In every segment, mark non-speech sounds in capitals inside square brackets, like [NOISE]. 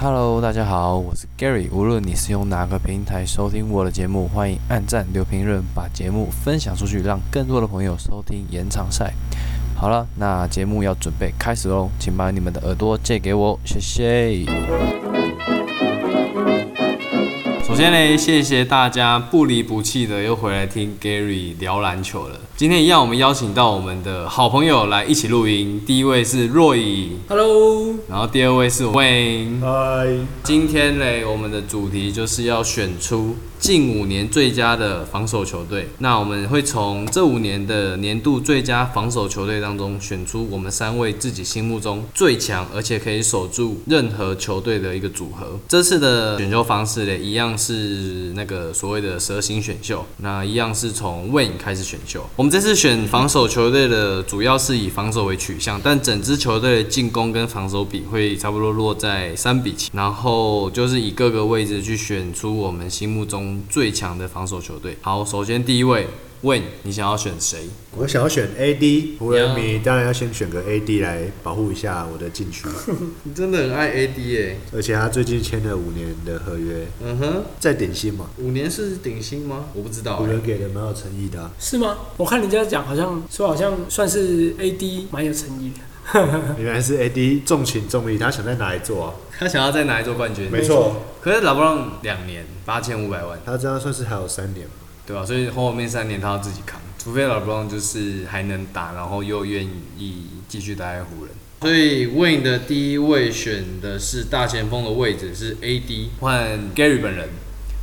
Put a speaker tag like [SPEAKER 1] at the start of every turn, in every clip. [SPEAKER 1] Hello，大家好，我是 Gary。无论你是用哪个平台收听我的节目，欢迎按赞、留评论，把节目分享出去，让更多的朋友收听延长赛。好了，那节目要准备开始喽，请把你们的耳朵借给我，谢谢。首先呢，谢谢大家不离不弃的又回来听 Gary 聊篮球了。今天一样，我们邀请到我们的好朋友来一起录音。第一位是若以，
[SPEAKER 2] Hello，
[SPEAKER 1] 然后第二位是 Wayne。
[SPEAKER 2] 嗨，
[SPEAKER 1] 今天嘞，我们的主题就是要选出近五年最佳的防守球队。那我们会从这五年的年度最佳防守球队当中选出我们三位自己心目中最强，而且可以守住任何球队的一个组合。这次的选秀方式嘞，一样是那个所谓的蛇形选秀，那一样是从 Wayne 开始选秀。我们这次选防守球队的主要是以防守为取向，但整支球队的进攻跟防守比会差不多落在三比七，然后就是以各个位置去选出我们心目中最强的防守球队。好，首先第一位，Wayne，你想要选谁？
[SPEAKER 3] 我想要选 AD，湖人迷当然要先选个 AD 来保护一下我的禁区，
[SPEAKER 1] 你真的很爱 AD 耶、
[SPEAKER 3] 而且他最近签了五年的合约，
[SPEAKER 1] 嗯哼，
[SPEAKER 3] 在顶薪嘛，
[SPEAKER 1] 五年是顶薪吗？我不知道
[SPEAKER 3] 湖人给的蛮有诚意的啊、
[SPEAKER 2] 是吗？我看人家讲好像说好像算是 AD 蛮有诚意的，
[SPEAKER 3] 原来是 AD 重情重义，他想在哪里做啊？
[SPEAKER 1] 他想要在哪里做冠军？
[SPEAKER 3] 没错，
[SPEAKER 1] 可是老布朗两年八千五百万，
[SPEAKER 3] 他这样算是还有三年嘛，
[SPEAKER 1] 对啊吧、所以后面三年他要自己扛，除非老布朗就是还能打，然后又愿意继续待在湖人。所以 Wayne 的第一位选的是大前锋的位置是 AD，换 Gary 本人，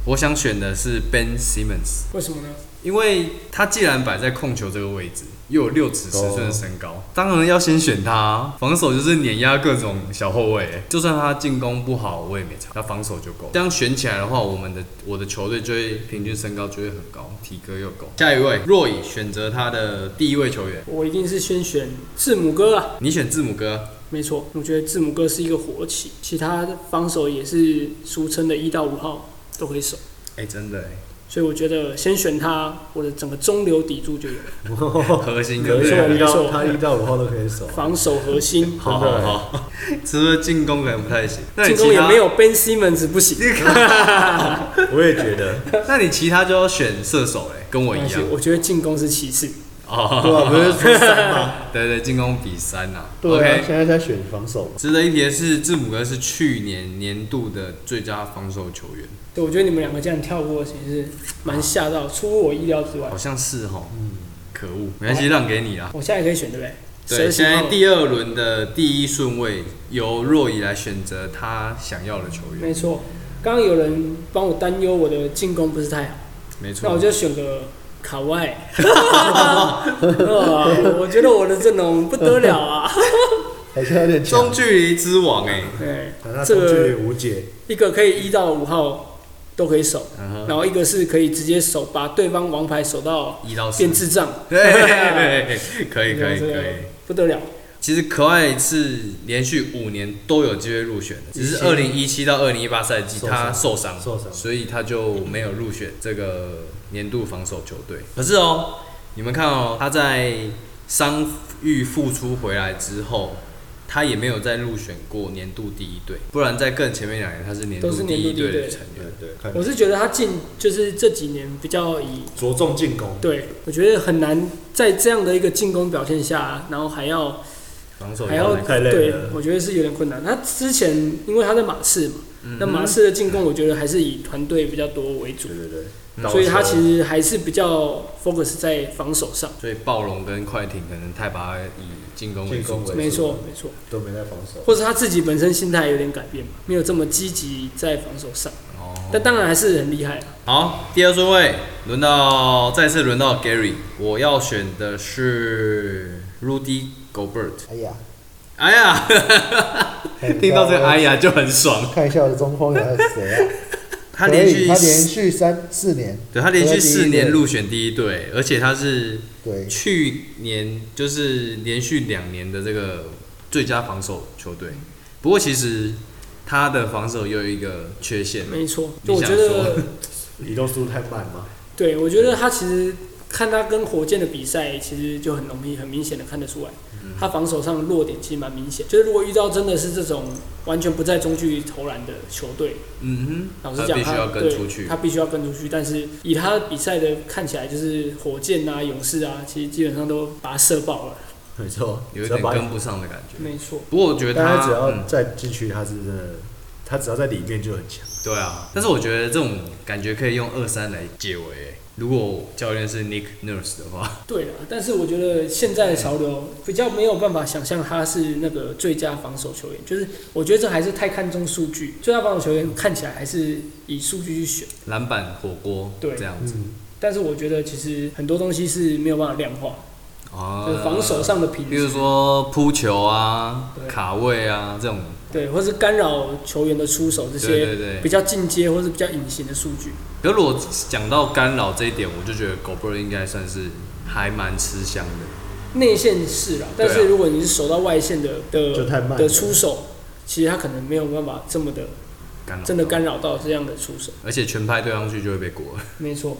[SPEAKER 1] 我想选的是 Ben Simmons。
[SPEAKER 2] 为什么呢？
[SPEAKER 1] 因为他既然摆在控球这个位置，又有六尺十寸的身
[SPEAKER 2] 哦
[SPEAKER 1] 高，当然要先选他啊、防守就是碾压各种小后卫、就算他进攻不好，我也没差，他防守就够。这样选起来的话，我们的我的球队就会平均身高就会很高，体格又够。下一位，若以选择他的第一位球员，
[SPEAKER 2] 我一定是先选字母哥啊，
[SPEAKER 1] 你选字母哥，
[SPEAKER 2] 没错，我觉得字母哥是一个活棋，其他的防守也是俗称的一到五号都可以守，
[SPEAKER 1] 哎、真的、
[SPEAKER 2] 所以我觉得先选他，我的整个中流砥柱就有了
[SPEAKER 1] 哎，核心对
[SPEAKER 3] 可
[SPEAKER 1] 不
[SPEAKER 3] 以
[SPEAKER 2] 没错
[SPEAKER 3] 他
[SPEAKER 1] 对？
[SPEAKER 3] 一到他一到五号都可以守啊，
[SPEAKER 2] 防守核心，
[SPEAKER 1] [LAUGHS] 好好
[SPEAKER 2] 欸
[SPEAKER 1] 好，除了进攻可能不太行，那你
[SPEAKER 2] 进
[SPEAKER 1] 其
[SPEAKER 2] 攻也
[SPEAKER 1] 他 [LAUGHS]
[SPEAKER 2] 没有 Ben Simmons 不行，
[SPEAKER 3] 我也觉得，
[SPEAKER 1] 那你其他就要选射手嘞、跟我一样
[SPEAKER 2] 我觉得进攻是其次，
[SPEAKER 1] 哦。
[SPEAKER 3] 对啊，不是说三吗？
[SPEAKER 1] 对对，进攻比三呐、啊。
[SPEAKER 3] 对啊，
[SPEAKER 1] OK，
[SPEAKER 3] 现在在选防守嘛，
[SPEAKER 1] 值得一提的是，字母哥是去年年度的最佳防守球员，
[SPEAKER 2] 对，我觉得你们两个这样跳过其实是蛮吓到，出乎我意料之外
[SPEAKER 1] 好。像是哦。可恶，没关系，让给你啦。
[SPEAKER 2] 我现在可以选对不对？
[SPEAKER 1] 对，
[SPEAKER 2] 谁喜
[SPEAKER 1] 现
[SPEAKER 2] 欢
[SPEAKER 1] 在
[SPEAKER 2] 我
[SPEAKER 1] 第二轮的第一顺位由若仪来选择他想要的球员。
[SPEAKER 2] 没错，刚刚有人帮我担忧我的进攻不是太好，
[SPEAKER 1] 没错，
[SPEAKER 2] 那我就选个卡哇伊。 [LAUGHS] 哇我觉得我的阵容不得了啊！
[SPEAKER 1] 嗯
[SPEAKER 3] 还是有点
[SPEAKER 1] 中
[SPEAKER 3] 强，
[SPEAKER 1] 距离之王哎、
[SPEAKER 2] 对
[SPEAKER 3] 啊他，
[SPEAKER 2] 这
[SPEAKER 3] 中距离
[SPEAKER 2] 个
[SPEAKER 3] 无解，
[SPEAKER 2] 一个可以一到五号都可以守，
[SPEAKER 1] 嗯哼
[SPEAKER 2] 然后一个是可以直接守把对方王牌守到
[SPEAKER 1] 一到四
[SPEAKER 2] 变，智障，
[SPEAKER 1] [LAUGHS] 对，可以可以
[SPEAKER 2] 这
[SPEAKER 1] 可
[SPEAKER 2] 个
[SPEAKER 1] 以。
[SPEAKER 2] 不得了。
[SPEAKER 1] 其实可爱是连续五年都有机会入选的，只是二零一七到二零一八赛季
[SPEAKER 3] 受伤
[SPEAKER 1] 他受伤，
[SPEAKER 3] 受伤
[SPEAKER 1] 所以他就没有入选这个年度防守球队。
[SPEAKER 2] 嗯
[SPEAKER 1] 可是哦，你们看哦，他在伤愈复出回来之后，他也没有再入选过年度第一队，不然在更前面两年他是年度
[SPEAKER 2] 都是
[SPEAKER 1] 第
[SPEAKER 2] 年度
[SPEAKER 1] 一队
[SPEAKER 2] 第一
[SPEAKER 1] 的
[SPEAKER 2] 队
[SPEAKER 1] 成员
[SPEAKER 3] 对。对，看
[SPEAKER 2] 我是觉得他进就是这几年比较以
[SPEAKER 3] 着重进攻，
[SPEAKER 2] 对，我觉得很难在这样的一个进攻表现下，然后还要
[SPEAKER 1] 防守
[SPEAKER 2] 还要
[SPEAKER 1] 也
[SPEAKER 3] 太累
[SPEAKER 2] 对
[SPEAKER 3] 了，
[SPEAKER 2] 我觉得是有点困难。他之前因为他在马刺嘛，那马刺的进攻我觉得还是以团队比较多为主
[SPEAKER 3] 对，对
[SPEAKER 1] 倒
[SPEAKER 3] 对，
[SPEAKER 2] 所以他
[SPEAKER 3] 到时
[SPEAKER 2] 其
[SPEAKER 3] 候
[SPEAKER 2] 实还是比较 focus 在防守上。
[SPEAKER 1] 所以暴龙跟快艇可能太把他以进攻为
[SPEAKER 3] 进攻
[SPEAKER 1] 主。
[SPEAKER 3] 为主
[SPEAKER 2] 没错，没错，
[SPEAKER 3] 都没在防守。
[SPEAKER 2] 或者他自己本身心态有点改变嘛，没有这么积极在防守上，
[SPEAKER 1] 哦
[SPEAKER 2] 但当然还是很厉害啊。
[SPEAKER 1] 好，第二顺位轮到再次轮到 Gary，我要选的是 Rudy Gobert。
[SPEAKER 4] 哎呀，
[SPEAKER 1] 哎呀，听到这个哎呀就很爽。
[SPEAKER 4] 看一下我的中锋还有谁啊？
[SPEAKER 1] 他连
[SPEAKER 4] 可以
[SPEAKER 1] 续
[SPEAKER 4] 他连续三四年，
[SPEAKER 1] 对他连续四年
[SPEAKER 4] 入
[SPEAKER 1] 入选第一队，而且他是
[SPEAKER 4] 对
[SPEAKER 1] 去年就是连续两年的这个最佳防守球队。不过其实他的防守又有一个缺陷，
[SPEAKER 2] 没错，
[SPEAKER 1] 你
[SPEAKER 2] 就我
[SPEAKER 1] 想
[SPEAKER 2] 觉得，
[SPEAKER 3] 移动速度太慢嘛，
[SPEAKER 2] 对我觉得他其实看他跟火箭的比赛，其实就很容易、很明显的看得出来，
[SPEAKER 1] 嗯
[SPEAKER 2] 他防守上的弱点其实蛮明显。就是如果遇到真的是这种完全不在中距离投篮的球队，
[SPEAKER 1] 嗯
[SPEAKER 2] 老
[SPEAKER 1] 哼，
[SPEAKER 2] 实
[SPEAKER 1] 他
[SPEAKER 2] 讲
[SPEAKER 1] 必
[SPEAKER 2] 他，
[SPEAKER 1] 须要跟出去
[SPEAKER 2] 对他。必须要跟出去。但是以他的比赛的看起来，就是火箭啊、勇士啊，其实基本上都把他射爆了。
[SPEAKER 3] 没错，
[SPEAKER 1] 有一
[SPEAKER 3] 只要
[SPEAKER 1] 点
[SPEAKER 3] 把
[SPEAKER 1] 跟不上的感觉。
[SPEAKER 2] 没错，
[SPEAKER 1] 不过我觉得
[SPEAKER 3] 但
[SPEAKER 1] 他
[SPEAKER 3] 他只要
[SPEAKER 1] 嗯
[SPEAKER 3] 在禁区，他是真的，他只要在里面就很强。
[SPEAKER 1] 对啊，但是我觉得这种感觉可以用二三来解围欸。如果教练是 Nick Nurse 的话，
[SPEAKER 2] 对啊。但是我觉得现在的潮流比较没有办法想象他是那个最佳防守球员，就是我觉得这还是太看重数据。最佳防守球员看起来还是以数据去选，
[SPEAKER 1] 篮板火锅
[SPEAKER 2] 对
[SPEAKER 1] 这样子
[SPEAKER 3] 嗯，
[SPEAKER 2] 但是我觉得其实很多东西是没有办法量化，
[SPEAKER 1] 哦
[SPEAKER 2] 就是防守，上的品质，
[SPEAKER 1] 比如说扑球啊、
[SPEAKER 2] 对
[SPEAKER 1] 卡位啊这种，
[SPEAKER 2] 对，或是干扰球员的出手这
[SPEAKER 1] 对对
[SPEAKER 2] 些
[SPEAKER 1] 对
[SPEAKER 2] 比。较进阶或是比较隐形的数据。
[SPEAKER 1] 可是如果讲到干扰这一点，我就觉得 g o b e r 应该算是还蛮吃香的。
[SPEAKER 2] 内线是啦，但
[SPEAKER 1] 对
[SPEAKER 2] 是
[SPEAKER 1] 啊
[SPEAKER 2] 如果你是守到外线的
[SPEAKER 3] 就太
[SPEAKER 2] 的
[SPEAKER 3] 慢了
[SPEAKER 2] 的出手，其实他可能没有办法这么的
[SPEAKER 1] 干扰
[SPEAKER 2] 真的
[SPEAKER 1] 到
[SPEAKER 2] 干，扰到这样的出手。
[SPEAKER 1] 而且全拍对上去就会被过了。 [LAUGHS]
[SPEAKER 2] 没错，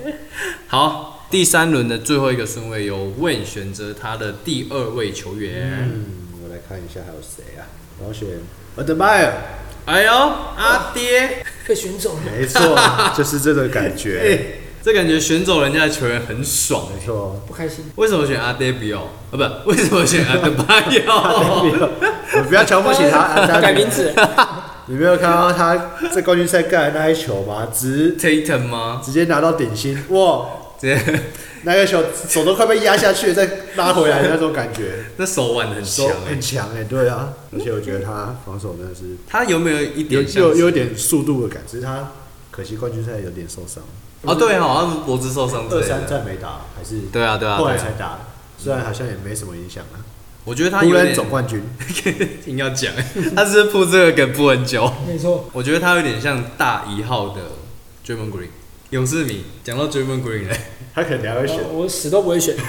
[SPEAKER 1] 好，第三轮的最后一个顺位由 Wayne 选择他的第二位球员。
[SPEAKER 3] 嗯，我来看一下还有谁啊？我要选 a d m i r
[SPEAKER 1] 哎呦，阿爹，
[SPEAKER 2] 被选走了。
[SPEAKER 3] 没 [LAUGHS] 错，就是这个感觉。
[SPEAKER 1] 这感觉选走人家的球员很爽
[SPEAKER 3] 没
[SPEAKER 1] 哎、
[SPEAKER 3] 错，
[SPEAKER 2] 不开心，
[SPEAKER 1] 为什么选阿爹比奥？啊，不， [LAUGHS] 为什么选阿德巴
[SPEAKER 3] 没
[SPEAKER 1] 奥？
[SPEAKER 3] 有我们不要瞧不
[SPEAKER 2] [LAUGHS]
[SPEAKER 3] 起他，他
[SPEAKER 2] 改名。字了，
[SPEAKER 3] 你没有看到他在冠军赛干的那一球吗？直
[SPEAKER 1] Tatum 吗？
[SPEAKER 3] 直接拿到顶薪，哇！
[SPEAKER 1] 直接，
[SPEAKER 3] 那个球手都快被压下去，再拉回来的那种感觉，
[SPEAKER 1] 那手腕很强
[SPEAKER 3] 手
[SPEAKER 1] 哎、
[SPEAKER 3] 很强哎、对啊。而且我觉得他防守真的是
[SPEAKER 1] 他有没有一
[SPEAKER 3] 有
[SPEAKER 1] 点像
[SPEAKER 3] 有
[SPEAKER 1] 是
[SPEAKER 3] 有点速度的感觉，只是他可惜冠军赛有点受伤，
[SPEAKER 1] 哦，对哈、哦，他脖子受伤之
[SPEAKER 3] 二
[SPEAKER 1] 类
[SPEAKER 3] 三
[SPEAKER 1] 的。
[SPEAKER 3] 战没打，还是
[SPEAKER 1] 对啊，对啊，
[SPEAKER 3] 后
[SPEAKER 1] 对
[SPEAKER 3] 来才
[SPEAKER 1] 啊。
[SPEAKER 3] 打，虽然好像也没什么影响啊。
[SPEAKER 1] 我觉得他
[SPEAKER 3] 湖
[SPEAKER 1] 有
[SPEAKER 3] 人
[SPEAKER 1] 点
[SPEAKER 3] 总冠军，
[SPEAKER 1] [LAUGHS] 硬要讲，欸他是不是铺这个梗铺很久。
[SPEAKER 2] 没错，
[SPEAKER 1] 我觉得他有点像大一号的 Draymond Green，勇士迷。讲到 Draymond Green 嘞，
[SPEAKER 3] 他可能还会选，
[SPEAKER 1] 哦
[SPEAKER 2] 呃我死都不
[SPEAKER 3] [LAUGHS]
[SPEAKER 2] 会选。
[SPEAKER 1] 为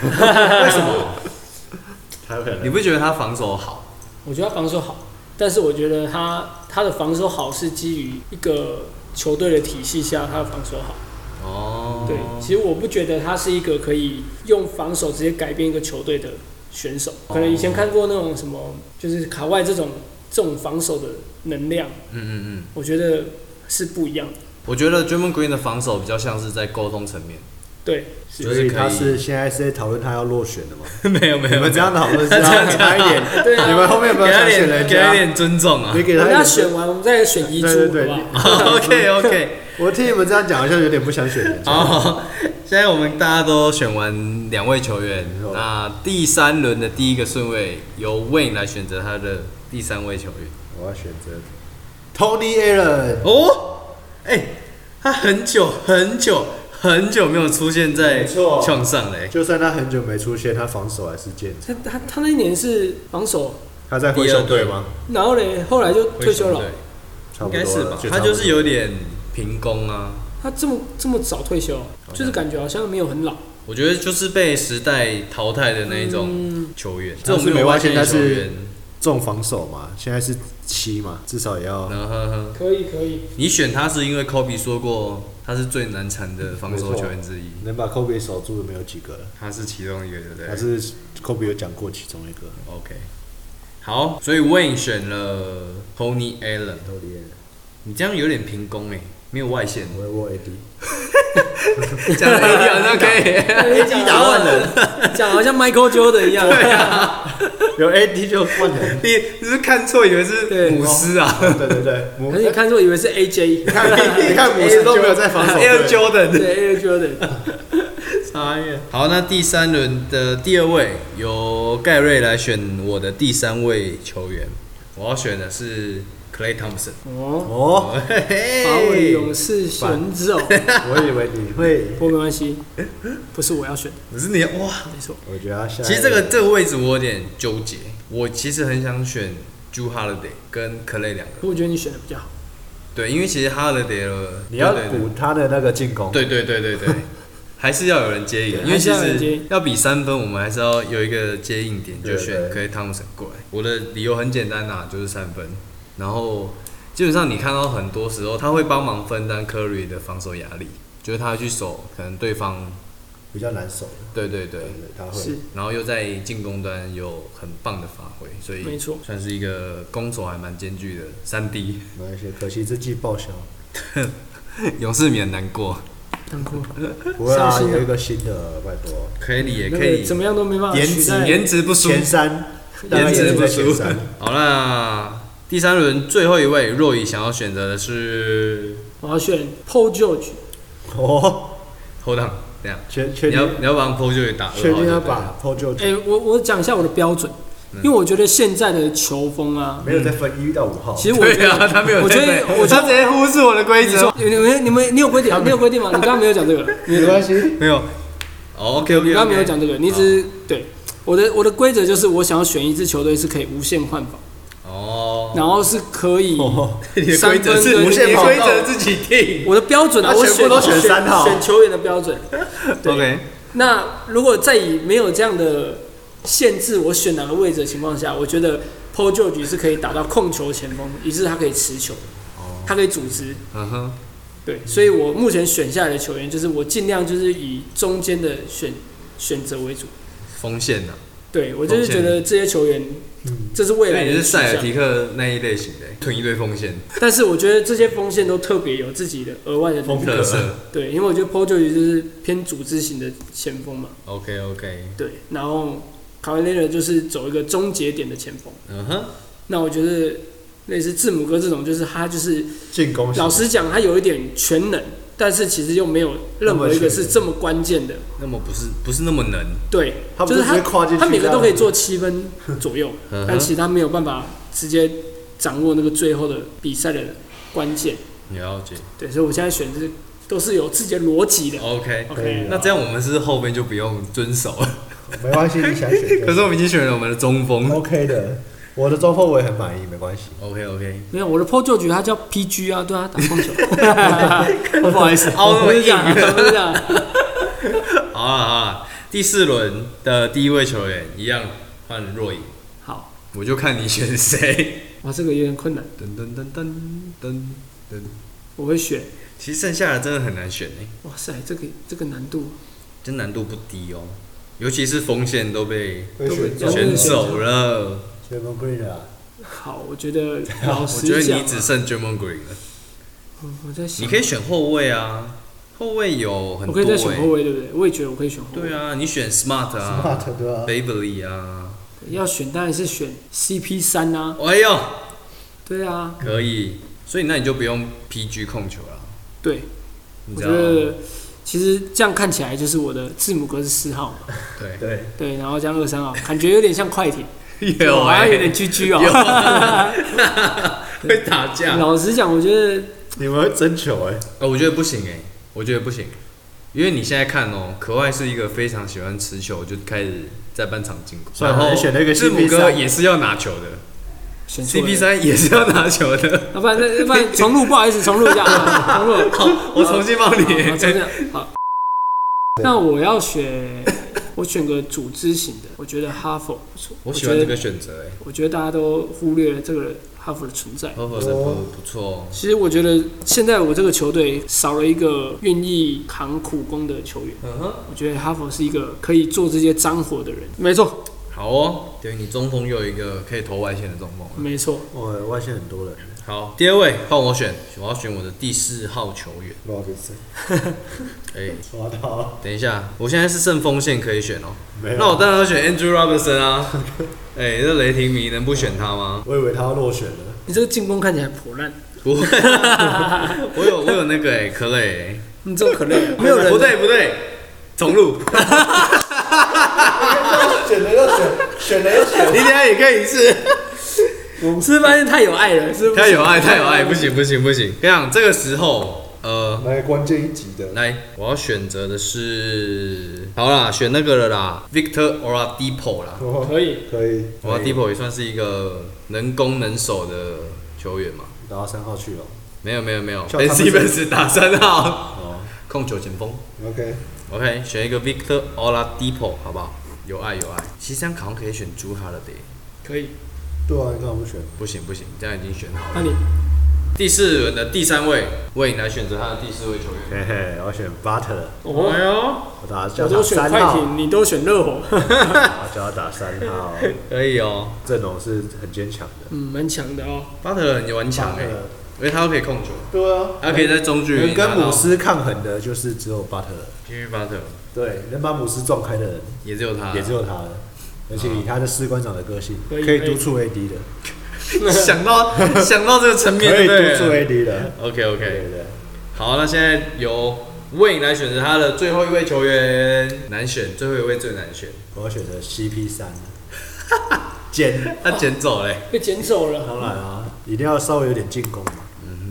[SPEAKER 1] 什么？
[SPEAKER 3] 他有可
[SPEAKER 1] 你
[SPEAKER 3] 能
[SPEAKER 1] 不觉得他防守好？
[SPEAKER 2] 我觉得他防守好，但是我觉得他他的防守好是基于一个球队的体系下他的防守好。
[SPEAKER 1] 哦，
[SPEAKER 2] 对，其实我不觉得他是一个可以用防守直接改变一个球队的选手。
[SPEAKER 3] 哦
[SPEAKER 2] 可能以前看过那种什么，就是卡外这种这种防守的能量，
[SPEAKER 1] 嗯嗯嗯，
[SPEAKER 2] 我觉得是不一样的。
[SPEAKER 1] 我觉得 Draymond Green 的防守比较像是在沟通层面，
[SPEAKER 2] 对，
[SPEAKER 1] 就
[SPEAKER 3] 所
[SPEAKER 1] 是
[SPEAKER 3] 以
[SPEAKER 1] 可
[SPEAKER 3] 他是
[SPEAKER 1] 以。
[SPEAKER 3] 现在是在讨论他要落选
[SPEAKER 1] [LAUGHS]
[SPEAKER 3] 的吗？
[SPEAKER 1] 没有没
[SPEAKER 3] 你
[SPEAKER 1] 有，
[SPEAKER 3] 们这样讨论是
[SPEAKER 1] 他
[SPEAKER 3] 要
[SPEAKER 1] 这样
[SPEAKER 3] 给他一点，
[SPEAKER 1] [LAUGHS]
[SPEAKER 2] 对啊
[SPEAKER 3] 你们后面不
[SPEAKER 1] 给
[SPEAKER 3] 要
[SPEAKER 1] 他
[SPEAKER 3] 想选
[SPEAKER 1] 点
[SPEAKER 3] 人
[SPEAKER 1] 给他
[SPEAKER 3] 家，
[SPEAKER 1] 点尊重啊 [LAUGHS]
[SPEAKER 3] 你。给
[SPEAKER 2] 等
[SPEAKER 3] 他一
[SPEAKER 2] 他
[SPEAKER 3] 点
[SPEAKER 2] 选完，我们再选遗珠，
[SPEAKER 3] 对对
[SPEAKER 2] 好
[SPEAKER 3] 对
[SPEAKER 2] 不
[SPEAKER 3] [LAUGHS]
[SPEAKER 2] 好？
[SPEAKER 1] OK OK，
[SPEAKER 3] 我听你们这样讲，好像有点不想选人
[SPEAKER 1] [LAUGHS]
[SPEAKER 3] 家。
[SPEAKER 1] 好，现在我们大家都选完两位球员
[SPEAKER 3] 没，错
[SPEAKER 1] 那第三轮的第一个顺位由 Wayne 来选择他的第三位球员。
[SPEAKER 3] 我要选择 Tony Allen，
[SPEAKER 1] 哦，哎、他很久很久很久没有出现在
[SPEAKER 3] 没错
[SPEAKER 1] 场上哎嘞、
[SPEAKER 3] 就算他很久没出现，他防守还是坚持。
[SPEAKER 2] 他他他那一年是防守，
[SPEAKER 3] 他在灰熊队吗？
[SPEAKER 2] 然后嘞，后来就退休了。
[SPEAKER 1] 对
[SPEAKER 3] 差
[SPEAKER 1] 应
[SPEAKER 3] 不多
[SPEAKER 1] 该是
[SPEAKER 3] 了
[SPEAKER 1] 吧？他就是
[SPEAKER 3] 有
[SPEAKER 1] 有点平攻啊，
[SPEAKER 2] 他这么这么早退休，就是感觉好像没有很老。
[SPEAKER 1] 我觉得就是被时代淘汰的那一
[SPEAKER 2] 嗯
[SPEAKER 1] 种球员，这
[SPEAKER 3] 他
[SPEAKER 1] 种
[SPEAKER 3] 是没
[SPEAKER 1] 有
[SPEAKER 3] 外
[SPEAKER 1] 外
[SPEAKER 3] 线
[SPEAKER 1] 线的球员。
[SPEAKER 3] 重防守嘛，现在是七嘛，至少也要
[SPEAKER 1] 然后呵
[SPEAKER 2] 可以可以，
[SPEAKER 1] 你选他是因为 Kobe 说过他是最难缠的防守球员之一，
[SPEAKER 3] 能把 Kobe 守住的没有几个了。
[SPEAKER 1] 他是其中一个，对不对
[SPEAKER 3] 还是 Kobe 有讲过其中一个
[SPEAKER 1] OK，好，所以 Wayne 选了 Tony Allen，
[SPEAKER 3] Tony Allen，
[SPEAKER 1] 你这样有点平攻哎、没有外线，
[SPEAKER 3] [LAUGHS] 我会握 AD。
[SPEAKER 1] 讲了一点那可以。[LAUGHS]
[SPEAKER 3] 哎
[SPEAKER 2] 一打万人， [LAUGHS] 讲好像 Michael Jordan 一样。
[SPEAKER 3] 有 AD 就换人。
[SPEAKER 1] 你你是看错，以为是
[SPEAKER 2] 对
[SPEAKER 1] 姆斯啊
[SPEAKER 3] [LAUGHS] 对对对，母
[SPEAKER 2] 可是你看错，以为是 AJ，
[SPEAKER 3] 看 [LAUGHS] 你看母斯都没有
[SPEAKER 1] [LAUGHS]
[SPEAKER 3] 在防守队。
[SPEAKER 1] ，Air 哎 Jordan。
[SPEAKER 2] 对 AJ Jordan。
[SPEAKER 1] 好，那第三轮的第二位由盖瑞来选我的第三位球员，我要选的是 Clay Thompson。
[SPEAKER 2] 哦，
[SPEAKER 3] 哦，
[SPEAKER 1] 嘿嘿
[SPEAKER 2] 把我的勇士选走，
[SPEAKER 3] 我以为你会，
[SPEAKER 2] 不过没关系，不是我要选的，
[SPEAKER 1] 可是你哇，
[SPEAKER 2] 没错。
[SPEAKER 3] 我觉得他下一
[SPEAKER 1] 其实这个这个位置我有点纠结，我其实很想选 Ju Holiday 跟 Clay 两个，
[SPEAKER 2] 可我觉得你选的比较好，
[SPEAKER 1] 对，因为其实 Holiday 了，
[SPEAKER 3] 你要
[SPEAKER 1] 对对对
[SPEAKER 3] 补他的那个进攻。
[SPEAKER 1] 对对对对
[SPEAKER 2] [LAUGHS]
[SPEAKER 1] 对，还是要有人接应，
[SPEAKER 2] 对
[SPEAKER 1] 因为其
[SPEAKER 2] 还是要有人接
[SPEAKER 1] 实
[SPEAKER 2] 应
[SPEAKER 1] 要比三分，我们还是要有一个接应点，就
[SPEAKER 3] 对
[SPEAKER 1] 选可以汤普森过来。我的理由很简单呐、就是三分。然后基本上你看到很多时候他会帮忙分担 Curry 的防守压力，就是他会去守可能对方
[SPEAKER 3] 比较难守的，
[SPEAKER 1] 对对对
[SPEAKER 3] 对，对，他会
[SPEAKER 2] 是
[SPEAKER 1] 然后又在进攻端有很棒的发挥，所以
[SPEAKER 2] 没错
[SPEAKER 1] 算是一个攻守还蛮兼具的三 D， [LAUGHS]
[SPEAKER 3] 没关系，可惜这季报销，
[SPEAKER 1] 勇士免难过。
[SPEAKER 2] 难过，
[SPEAKER 3] 不会啊，
[SPEAKER 2] 伤心啊
[SPEAKER 3] 有一个新的，拜托，
[SPEAKER 1] 可以，也
[SPEAKER 2] 那
[SPEAKER 1] 可
[SPEAKER 2] 个
[SPEAKER 1] 以，
[SPEAKER 2] 怎么样都没办法
[SPEAKER 3] 颜
[SPEAKER 2] 取
[SPEAKER 3] 值
[SPEAKER 1] [LAUGHS]
[SPEAKER 2] 代。
[SPEAKER 1] 颜值不输，
[SPEAKER 3] 前三，大概
[SPEAKER 1] 颜值
[SPEAKER 3] 也是
[SPEAKER 1] 不
[SPEAKER 3] 在前
[SPEAKER 1] 输
[SPEAKER 3] 三，。
[SPEAKER 1] 好啦，第三轮最后一位，若雨想要选择的是
[SPEAKER 2] 我要选 Paul George，
[SPEAKER 3] 哦，
[SPEAKER 1] Hold on，这样，
[SPEAKER 3] 确确
[SPEAKER 1] 你要
[SPEAKER 3] 定
[SPEAKER 1] 你要把 p o j 打二
[SPEAKER 3] 确
[SPEAKER 1] 号就
[SPEAKER 3] 定啊要
[SPEAKER 1] 对了
[SPEAKER 3] 把 PO 就
[SPEAKER 2] 哎、我我讲一下我的标准，
[SPEAKER 3] 嗯
[SPEAKER 2] 因为我觉得现在的球风啊，
[SPEAKER 3] 没有再分一到五号，
[SPEAKER 2] 其实我觉
[SPEAKER 1] 对
[SPEAKER 2] 得，
[SPEAKER 1] 啊，他没有
[SPEAKER 2] 我觉得
[SPEAKER 1] 在背
[SPEAKER 2] 我觉
[SPEAKER 1] 他直
[SPEAKER 2] 得。
[SPEAKER 1] 接忽视我的规
[SPEAKER 2] 你
[SPEAKER 1] 则
[SPEAKER 2] 说，你们你们你有规定？啊你有规定吗？你刚刚没有讲这个，你
[SPEAKER 4] 没关系，
[SPEAKER 1] 没有。哦，OK OK，
[SPEAKER 2] 你刚刚没有讲这个，你只是对我的我的规则就是，我想要选一支球队是可以无限换防，
[SPEAKER 1] 哦，
[SPEAKER 2] 然后是可以
[SPEAKER 3] 哦，
[SPEAKER 1] 你的规则
[SPEAKER 2] 三分
[SPEAKER 1] 是
[SPEAKER 2] 跟
[SPEAKER 1] 无限
[SPEAKER 2] 跑道
[SPEAKER 1] 规则自己定。
[SPEAKER 2] 我的标准啊，
[SPEAKER 3] 他
[SPEAKER 2] 我
[SPEAKER 3] 全部都选三号
[SPEAKER 2] 选球员的标准。
[SPEAKER 1] [LAUGHS]
[SPEAKER 2] 对
[SPEAKER 1] OK，
[SPEAKER 2] 那如果在以没有这样的限制，我选哪个位置的情况下，我觉得 Paul George 是可以打到控球前锋，以致他可以持球，
[SPEAKER 3] 哦
[SPEAKER 2] 他可以组织。
[SPEAKER 1] 嗯哼，
[SPEAKER 2] 对，所以我目前选下来的球员，就是我尽量就是以中间的选选择为主。
[SPEAKER 1] 锋线呐，
[SPEAKER 2] 对我就是觉得这些球员，这是未
[SPEAKER 1] 所
[SPEAKER 2] 来
[SPEAKER 1] 以嗯
[SPEAKER 2] 的
[SPEAKER 1] 你是塞尔
[SPEAKER 2] 趋
[SPEAKER 1] 提
[SPEAKER 2] 向
[SPEAKER 1] 克那一类型的，囤一堆锋线，
[SPEAKER 2] 但是我觉得这些锋线都特别有自己的额外的能力
[SPEAKER 1] 特色。
[SPEAKER 2] 对，因为我觉得 Paul George 就是偏组织型的前锋嘛。
[SPEAKER 1] OK OK，
[SPEAKER 2] 对，然后卡梅雷尔就是走一个终结点的前锋。
[SPEAKER 1] 嗯哼，
[SPEAKER 2] 那我觉得类似字母哥这种，就是他就是
[SPEAKER 3] 进攻型
[SPEAKER 2] 老实讲，他有一点全能，但是其实又没有任何一个是这么关键的。
[SPEAKER 1] 那么不是不是那么能，
[SPEAKER 2] 对，
[SPEAKER 3] 他不
[SPEAKER 2] 就是是
[SPEAKER 3] 直接跨进去
[SPEAKER 2] 他每个
[SPEAKER 3] 这样
[SPEAKER 2] 都可以做七分左右
[SPEAKER 1] 嗯哼，
[SPEAKER 2] 但其实他没有办法直接掌握那个最后的比赛的关键。
[SPEAKER 1] 了解。
[SPEAKER 2] 对，所以我现在选的是都是有自己的逻辑的。
[SPEAKER 1] OK，
[SPEAKER 3] 可以
[SPEAKER 2] OK，
[SPEAKER 3] 啊
[SPEAKER 1] 那这样我们是不是后面就不用遵守了。
[SPEAKER 4] 没关系，你想选
[SPEAKER 1] [LAUGHS] 可
[SPEAKER 4] 就是
[SPEAKER 1] 我们已经选了我们的中锋。
[SPEAKER 3] OK 的，我的中后卫很满意，没关系。
[SPEAKER 1] OK OK，
[SPEAKER 2] 没有我的 PO 旧局，他叫 PG 啊，对啊，打控球，
[SPEAKER 1] 不好意思，凹那
[SPEAKER 2] 不
[SPEAKER 1] 么
[SPEAKER 2] 是这
[SPEAKER 1] 硬
[SPEAKER 2] 样，。不是这样。
[SPEAKER 1] 好啊好啊，第四轮的第一位球员一样换若隐，
[SPEAKER 2] 好，
[SPEAKER 1] 我就看你选谁。
[SPEAKER 2] 哇，这个有点困难，
[SPEAKER 1] 噔噔噔噔噔噔，
[SPEAKER 2] 我会选。
[SPEAKER 1] 其实剩下的真的很难选哎、
[SPEAKER 2] 哇塞，这个这个难度，
[SPEAKER 1] 这难度不低哦，尤其是锋线都被
[SPEAKER 3] 会选
[SPEAKER 2] 都被
[SPEAKER 1] 选
[SPEAKER 2] 选
[SPEAKER 1] 走
[SPEAKER 2] 哦
[SPEAKER 1] 了，
[SPEAKER 3] 选 Green 的啊，
[SPEAKER 2] 好，我觉得老
[SPEAKER 1] 我觉得
[SPEAKER 2] 实讲啊
[SPEAKER 1] 你，只剩 German Green 了。
[SPEAKER 2] 嗯我在
[SPEAKER 1] 你
[SPEAKER 2] 想
[SPEAKER 1] 可，以选后卫啊，后卫有很多、
[SPEAKER 2] 我可
[SPEAKER 1] 欸，
[SPEAKER 2] 以再选后卫，对不对？我也觉得我可以选后卫。
[SPEAKER 1] 对啊，你选 Smart 啊
[SPEAKER 4] Smart 对吧？
[SPEAKER 1] ，Babley 啊，
[SPEAKER 2] 要选当然是选 CP 三啊，
[SPEAKER 1] 哎呦，
[SPEAKER 2] 对啊，
[SPEAKER 1] 可以，所以那你就不用 PG 控球了，
[SPEAKER 2] 对，
[SPEAKER 1] 你
[SPEAKER 2] 我
[SPEAKER 1] 知
[SPEAKER 2] 觉
[SPEAKER 1] 道吗？
[SPEAKER 2] 得其实这样看起来就是我的字母哥是四号
[SPEAKER 1] [LAUGHS]
[SPEAKER 2] 嘛，
[SPEAKER 1] 对，
[SPEAKER 3] 对，
[SPEAKER 2] 对，然后这样二三号，感觉有点像快艇，
[SPEAKER 1] [LAUGHS] 有
[SPEAKER 2] 好
[SPEAKER 1] 哎、
[SPEAKER 2] 像有点居居
[SPEAKER 1] [LAUGHS] 有啊
[SPEAKER 2] 哦。
[SPEAKER 1] 会打架。
[SPEAKER 2] [LAUGHS] 老实讲，我觉得
[SPEAKER 3] 你们会争球哎、
[SPEAKER 1] 呃，我觉得不行哎、我觉得不行，因为你现在看哦、可外是一个非常喜欢持球，就开始在半场进攻，
[SPEAKER 3] 算
[SPEAKER 1] 然
[SPEAKER 3] 了
[SPEAKER 1] 后
[SPEAKER 3] 你选了一个
[SPEAKER 1] 字母
[SPEAKER 3] CP3
[SPEAKER 1] 哥也是要拿球的
[SPEAKER 2] 选错了啊
[SPEAKER 1] ，CP，三也是要拿
[SPEAKER 3] [LAUGHS]
[SPEAKER 1] 球的。
[SPEAKER 2] 要不然要不然重录，不好意思，重录一
[SPEAKER 1] [LAUGHS]
[SPEAKER 2] 下，啊重录。
[SPEAKER 1] 好，我重新帮你
[SPEAKER 2] 好，。真的
[SPEAKER 1] [LAUGHS]
[SPEAKER 2] 好。那我要选，我选个组织型的，我觉得哈佛不错。
[SPEAKER 1] 我喜欢这
[SPEAKER 2] 觉
[SPEAKER 1] 个
[SPEAKER 2] 得，
[SPEAKER 1] 选择哎、
[SPEAKER 2] 我觉得大家都忽略了这个哈佛的存在。
[SPEAKER 1] 欸，合不不错哦，
[SPEAKER 2] 其实我觉得现在我这个球队少了一个愿意扛苦工的球员，
[SPEAKER 1] 嗯哼，
[SPEAKER 2] 我觉得哈佛是一个可以做这些脏活的人。没错，
[SPEAKER 1] 好哦，等于你中锋又有一个可以投外线的中锋了。
[SPEAKER 2] 没错，
[SPEAKER 3] 我外线很多人，
[SPEAKER 1] 好，第二位换我选，我要选我的第四号球员。
[SPEAKER 4] 罗
[SPEAKER 3] [LAUGHS]
[SPEAKER 4] 宾森，
[SPEAKER 1] 哎、
[SPEAKER 3] 抓到了
[SPEAKER 1] 等一下，我现在是剩锋线可以选哦、
[SPEAKER 3] 没有？
[SPEAKER 1] 那我当然要选 Andrew Robinson 啊！ [LAUGHS] 哎、这雷霆迷能不选他吗？
[SPEAKER 3] 我以为他要落选了，
[SPEAKER 2] 你这个进攻看起来破烂，
[SPEAKER 1] 不会， [LAUGHS] 我有我有那个哎、可磊、
[SPEAKER 2] 你这个可累了。
[SPEAKER 1] 没有人不对不对，重 [LAUGHS] 录，
[SPEAKER 4] 选了又
[SPEAKER 3] [LAUGHS]
[SPEAKER 4] 选，选了又选，
[SPEAKER 1] 你等一下也可以是。
[SPEAKER 2] 是不是发现太有爱了，是不是？
[SPEAKER 1] 太有爱，太有爱，不行不行不行！跟你讲，这个时候，呃，
[SPEAKER 4] 来关键一集的，
[SPEAKER 1] 来，我要选择的是，好啦，选那个了啦，Victor Oladipo 啦
[SPEAKER 4] 哦
[SPEAKER 2] 可以，
[SPEAKER 4] 可以，
[SPEAKER 1] ，Oladipo 也算是一个能攻能守的球员嘛。
[SPEAKER 3] 打到三号去了。
[SPEAKER 1] 没有没有没有
[SPEAKER 3] 叫他
[SPEAKER 1] ，Ben
[SPEAKER 3] 们
[SPEAKER 1] Simmons 打三号，
[SPEAKER 3] 哦，
[SPEAKER 1] 控球前锋。
[SPEAKER 4] ，OK，
[SPEAKER 1] OK，选一个 Victor Oladipo 好不好？有爱有爱。其实这样好像可以选朱哈勒德，
[SPEAKER 2] 可以。
[SPEAKER 3] 对啊，你看我们选
[SPEAKER 1] 不行不行，这样已经选好
[SPEAKER 2] 那
[SPEAKER 1] 了。
[SPEAKER 2] 你
[SPEAKER 1] 第四轮的第三位，为你来选择他的第四位球员。
[SPEAKER 3] 嘿嘿，我选 Butler，
[SPEAKER 2] 哦，
[SPEAKER 1] 哎呦，
[SPEAKER 3] 我打
[SPEAKER 2] 我
[SPEAKER 3] 叫
[SPEAKER 2] 都
[SPEAKER 3] 打
[SPEAKER 2] 选
[SPEAKER 3] 三
[SPEAKER 2] 快
[SPEAKER 3] 号，
[SPEAKER 2] 艇，你都选热火，
[SPEAKER 3] 我叫他打三号，
[SPEAKER 1] 可以哦，
[SPEAKER 3] 阵容是很坚强的。
[SPEAKER 2] [LAUGHS] 嗯，蛮强的哦。
[SPEAKER 1] 巴特勒很顽强哎，因为他又可以控球，
[SPEAKER 4] 对啊，
[SPEAKER 1] 他可以在中距离
[SPEAKER 3] 能跟
[SPEAKER 1] 拿到
[SPEAKER 3] 姆斯抗衡的，就是只有 Butler。
[SPEAKER 1] Jimmy Butler，
[SPEAKER 3] 对，能把姆斯撞开的人
[SPEAKER 1] 也只有他，
[SPEAKER 3] 也只有他了。而且以他的士官长的个性，
[SPEAKER 2] 可
[SPEAKER 3] 可
[SPEAKER 2] 以
[SPEAKER 3] 以督促 AD 的，
[SPEAKER 1] [LAUGHS] 想到 [LAUGHS] 想到这个层面，
[SPEAKER 3] 可以
[SPEAKER 1] 对
[SPEAKER 3] 督
[SPEAKER 1] 不
[SPEAKER 3] 促
[SPEAKER 1] 对
[SPEAKER 3] AD 的。
[SPEAKER 1] ？OK
[SPEAKER 3] 对
[SPEAKER 1] OK，
[SPEAKER 3] 对对，
[SPEAKER 1] 好，那现在由魏来选择他的最后一位球员，难选，最后一位最难选，
[SPEAKER 3] 我要选择 CP 三，简
[SPEAKER 1] 他捡走嘞，
[SPEAKER 2] 被捡走了，
[SPEAKER 3] 当然啊，一定要稍微有点进攻嘛。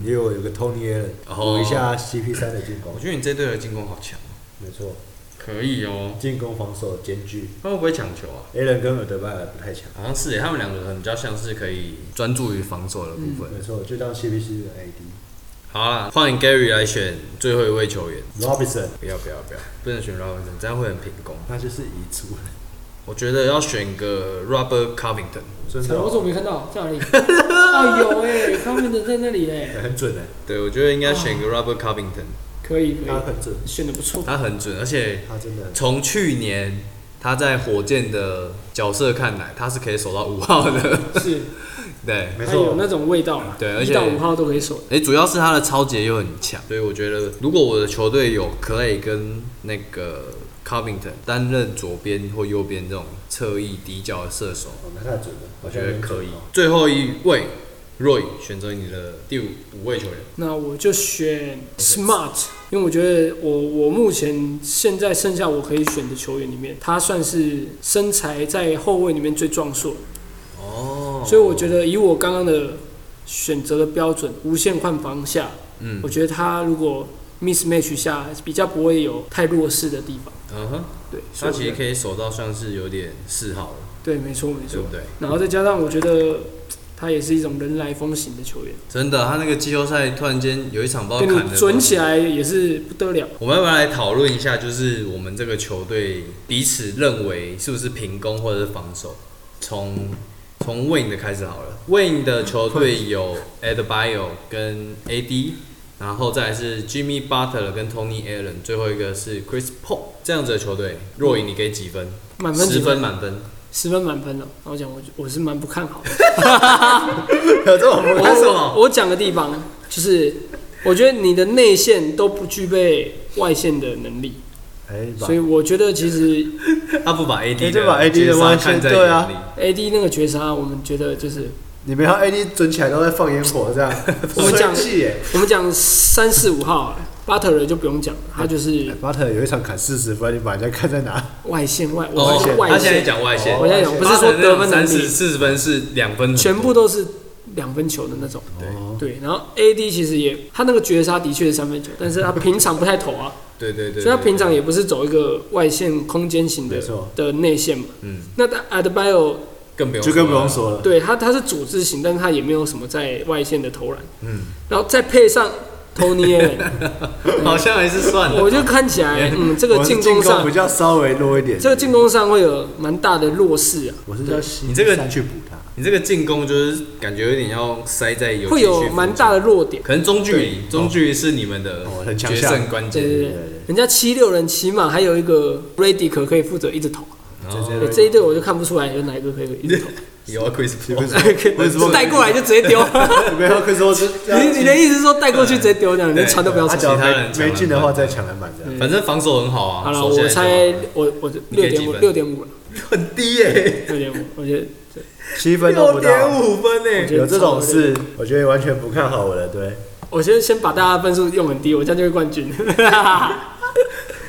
[SPEAKER 3] 因为我有个 Tony a l
[SPEAKER 1] 哦
[SPEAKER 3] 补一下 CP 三的进攻
[SPEAKER 1] 我，觉得你这队的进攻好强，
[SPEAKER 3] 没错，
[SPEAKER 1] 可以哦，
[SPEAKER 3] 进攻防守兼具。
[SPEAKER 1] 他会不会抢球啊？
[SPEAKER 3] a l 跟尔德拜尔不太强，
[SPEAKER 1] 好像是耶，他们两个可能比较像是可以专注于防守的部分。
[SPEAKER 3] 没错，就当 CP 四的 AD。
[SPEAKER 1] 好啊，换 Gary 来选最后一位球员。
[SPEAKER 3] Robinson，
[SPEAKER 1] 不要不要不要，不能选 Robinson，这样会很平庸。
[SPEAKER 3] 那就是遗珠，
[SPEAKER 1] 我觉得要选个 Robert Covington，
[SPEAKER 3] 真的
[SPEAKER 2] 我
[SPEAKER 3] 哦
[SPEAKER 2] 怎么没看到在哪里？ [LAUGHS] 哦，有哎，他们的在那里哎，
[SPEAKER 3] 很准哎，
[SPEAKER 1] 对我觉得应该选个 Robert Covington，
[SPEAKER 2] 可以可
[SPEAKER 3] 他
[SPEAKER 2] 以，
[SPEAKER 3] 很准，
[SPEAKER 2] 选的不错。
[SPEAKER 1] 他很准，而且
[SPEAKER 3] 他真的很准
[SPEAKER 1] 从去年他在火箭的角色看来，他是可以守到五号的， [LAUGHS]
[SPEAKER 2] 是，
[SPEAKER 1] 对。
[SPEAKER 3] 没
[SPEAKER 2] 它有
[SPEAKER 3] 错，
[SPEAKER 2] 那种味道啦，
[SPEAKER 1] 对而
[SPEAKER 2] 一
[SPEAKER 1] 且
[SPEAKER 2] 到五号都可以守。
[SPEAKER 1] 诶，主要是他的超节又很强，所以我觉得如果我的球队有可以跟那个 Covington 担任左边或右边这种侧翼底角的射手，
[SPEAKER 3] 哦那太准了，
[SPEAKER 1] 我
[SPEAKER 3] 我
[SPEAKER 1] 觉得可以。最后一位 Roy 选择你的第五五位球员，
[SPEAKER 2] 那我就选 Smart，因为我觉得我我目前现在剩下我可以选的球员里面，他算是身材在后卫里面最壮硕的，
[SPEAKER 1] 哦
[SPEAKER 2] 所以我觉得以我刚刚的选择的标准，无限换防下，
[SPEAKER 1] 嗯
[SPEAKER 2] 我觉得他如果 mismatch 下比较不会有太弱势的地方。
[SPEAKER 1] 嗯哼，
[SPEAKER 2] 对，
[SPEAKER 1] 他其实
[SPEAKER 2] 以。
[SPEAKER 1] 可以守到像是有点四号了，
[SPEAKER 2] 对，没错没
[SPEAKER 1] 对
[SPEAKER 2] 错
[SPEAKER 1] 不。对？
[SPEAKER 2] 然后再加上我觉得他也是一种人来疯型的球员，
[SPEAKER 1] 真的，他那个季后赛突然间有一场不知
[SPEAKER 2] 给
[SPEAKER 1] 道砍
[SPEAKER 2] 你
[SPEAKER 1] 哦的，
[SPEAKER 2] 准起来也是不得了。
[SPEAKER 1] 我们要不要来讨论一下，就是我们这个球队彼此认为是不是平攻或者是防守？从从 Win 的开始好了，Win 的球队有 Ed Bio 跟 AD，然后再来是 Jimmy Butler 跟 Tony Allen，最后一个是 Chris Paul 这样子的球队。若隐，你给几分？
[SPEAKER 2] 满分
[SPEAKER 1] 十
[SPEAKER 2] 几
[SPEAKER 1] 分啊满分。
[SPEAKER 2] 十分满分了。哦然后讲我我是蛮不看好的。
[SPEAKER 3] 有这种
[SPEAKER 1] [LAUGHS] 为什么？
[SPEAKER 2] 我讲的地方就是，我觉得你的内线都不具备外线的能力，
[SPEAKER 3] 哎，把
[SPEAKER 2] 所以我觉得其实
[SPEAKER 1] 他不把 AD
[SPEAKER 3] 你就把 AD
[SPEAKER 1] 绝
[SPEAKER 3] 的
[SPEAKER 1] 杀
[SPEAKER 3] 完
[SPEAKER 1] 看
[SPEAKER 3] 全
[SPEAKER 1] 在
[SPEAKER 3] 对啊
[SPEAKER 1] 眼里
[SPEAKER 2] AD 那个绝杀，我们觉得就是
[SPEAKER 3] 你们要 AD 准起来都在放烟火这样，
[SPEAKER 2] 我们讲
[SPEAKER 3] 生气耶。
[SPEAKER 2] 我们讲三四五号啊巴特勒就不用讲了，他就是
[SPEAKER 3] 巴特有一场砍四十分，你把人家看在哪？
[SPEAKER 2] 外线外，我们是
[SPEAKER 1] 哦，
[SPEAKER 2] 外
[SPEAKER 1] 他现在
[SPEAKER 2] 线，
[SPEAKER 1] 讲外线，
[SPEAKER 2] 我现在讲不是说得分能
[SPEAKER 1] 三十
[SPEAKER 2] 力，
[SPEAKER 1] 四十分是两分，
[SPEAKER 2] 全部都是两分球的那种。
[SPEAKER 3] 哦，
[SPEAKER 2] 对，然后 AD 其实也他那个绝杀的确是三分球，但是他平常不太投啊。
[SPEAKER 1] 对对对，
[SPEAKER 2] 所以他平常也不是走一个外线空间型的
[SPEAKER 3] 没错
[SPEAKER 2] 的内线嘛。
[SPEAKER 1] 嗯，
[SPEAKER 2] 那他 Adbio
[SPEAKER 1] 更不用
[SPEAKER 3] 就更不用
[SPEAKER 1] 说
[SPEAKER 3] 说了。
[SPEAKER 2] 对他他是组织型，但是他也没有什么在外线的投篮。
[SPEAKER 1] 嗯，
[SPEAKER 2] 然后再配上 Tony Allen，
[SPEAKER 1] 了， [LAUGHS] 好像还是算了。
[SPEAKER 2] 我就看起来，嗯，这
[SPEAKER 3] 我
[SPEAKER 2] 个
[SPEAKER 3] 是
[SPEAKER 2] 进
[SPEAKER 3] 攻
[SPEAKER 2] 攻上
[SPEAKER 3] 比，较稍微弱一点。
[SPEAKER 2] 这个进攻上会有蛮大的弱势啊，
[SPEAKER 3] 我是要西
[SPEAKER 1] 你这个
[SPEAKER 3] 山去补他，
[SPEAKER 1] 你这个进攻就是感觉有点要塞在有
[SPEAKER 2] 会有蛮大
[SPEAKER 1] 的，
[SPEAKER 2] 的弱点。
[SPEAKER 1] 可能中距离，中距离是你们的
[SPEAKER 3] 哦很强
[SPEAKER 1] 决
[SPEAKER 3] 项
[SPEAKER 1] 胜关键。
[SPEAKER 2] 对对
[SPEAKER 3] 对对
[SPEAKER 2] 对
[SPEAKER 3] 对，
[SPEAKER 2] 人家七六人起码还有一个 Brady 可可以负责一直投，啊
[SPEAKER 1] 哦
[SPEAKER 2] 对这一队我就看不出来有哪一个可以一直投，
[SPEAKER 1] 有啊，Chris Paul [LAUGHS]
[SPEAKER 3] 为什么
[SPEAKER 2] 带过来就直接丢。
[SPEAKER 3] 没有，可是我是
[SPEAKER 2] 你你的意思是说带过去直接丢掉，你连
[SPEAKER 1] 啊对
[SPEAKER 2] 传都不要
[SPEAKER 3] 他
[SPEAKER 1] 啊？
[SPEAKER 2] 传
[SPEAKER 1] 其
[SPEAKER 3] 只要
[SPEAKER 1] 他人
[SPEAKER 3] 没没进的话再抢篮板这样。
[SPEAKER 1] 反正防守很好啊。
[SPEAKER 2] 好了，
[SPEAKER 1] 守起
[SPEAKER 2] 我
[SPEAKER 1] 来就好
[SPEAKER 2] 猜我我
[SPEAKER 1] 你
[SPEAKER 2] 六
[SPEAKER 1] 给
[SPEAKER 2] 点
[SPEAKER 1] 几
[SPEAKER 2] 五
[SPEAKER 1] 分
[SPEAKER 2] 六点五了，
[SPEAKER 1] 很低耶，
[SPEAKER 2] [LAUGHS] 六点五，我觉得
[SPEAKER 3] 七分都
[SPEAKER 1] 六
[SPEAKER 3] 不
[SPEAKER 1] 点
[SPEAKER 3] 到，
[SPEAKER 1] 五分呢。
[SPEAKER 3] 有这种事，我觉得完全不看好我的队。
[SPEAKER 2] 我先先把大家分数用很低，我这样就会冠军。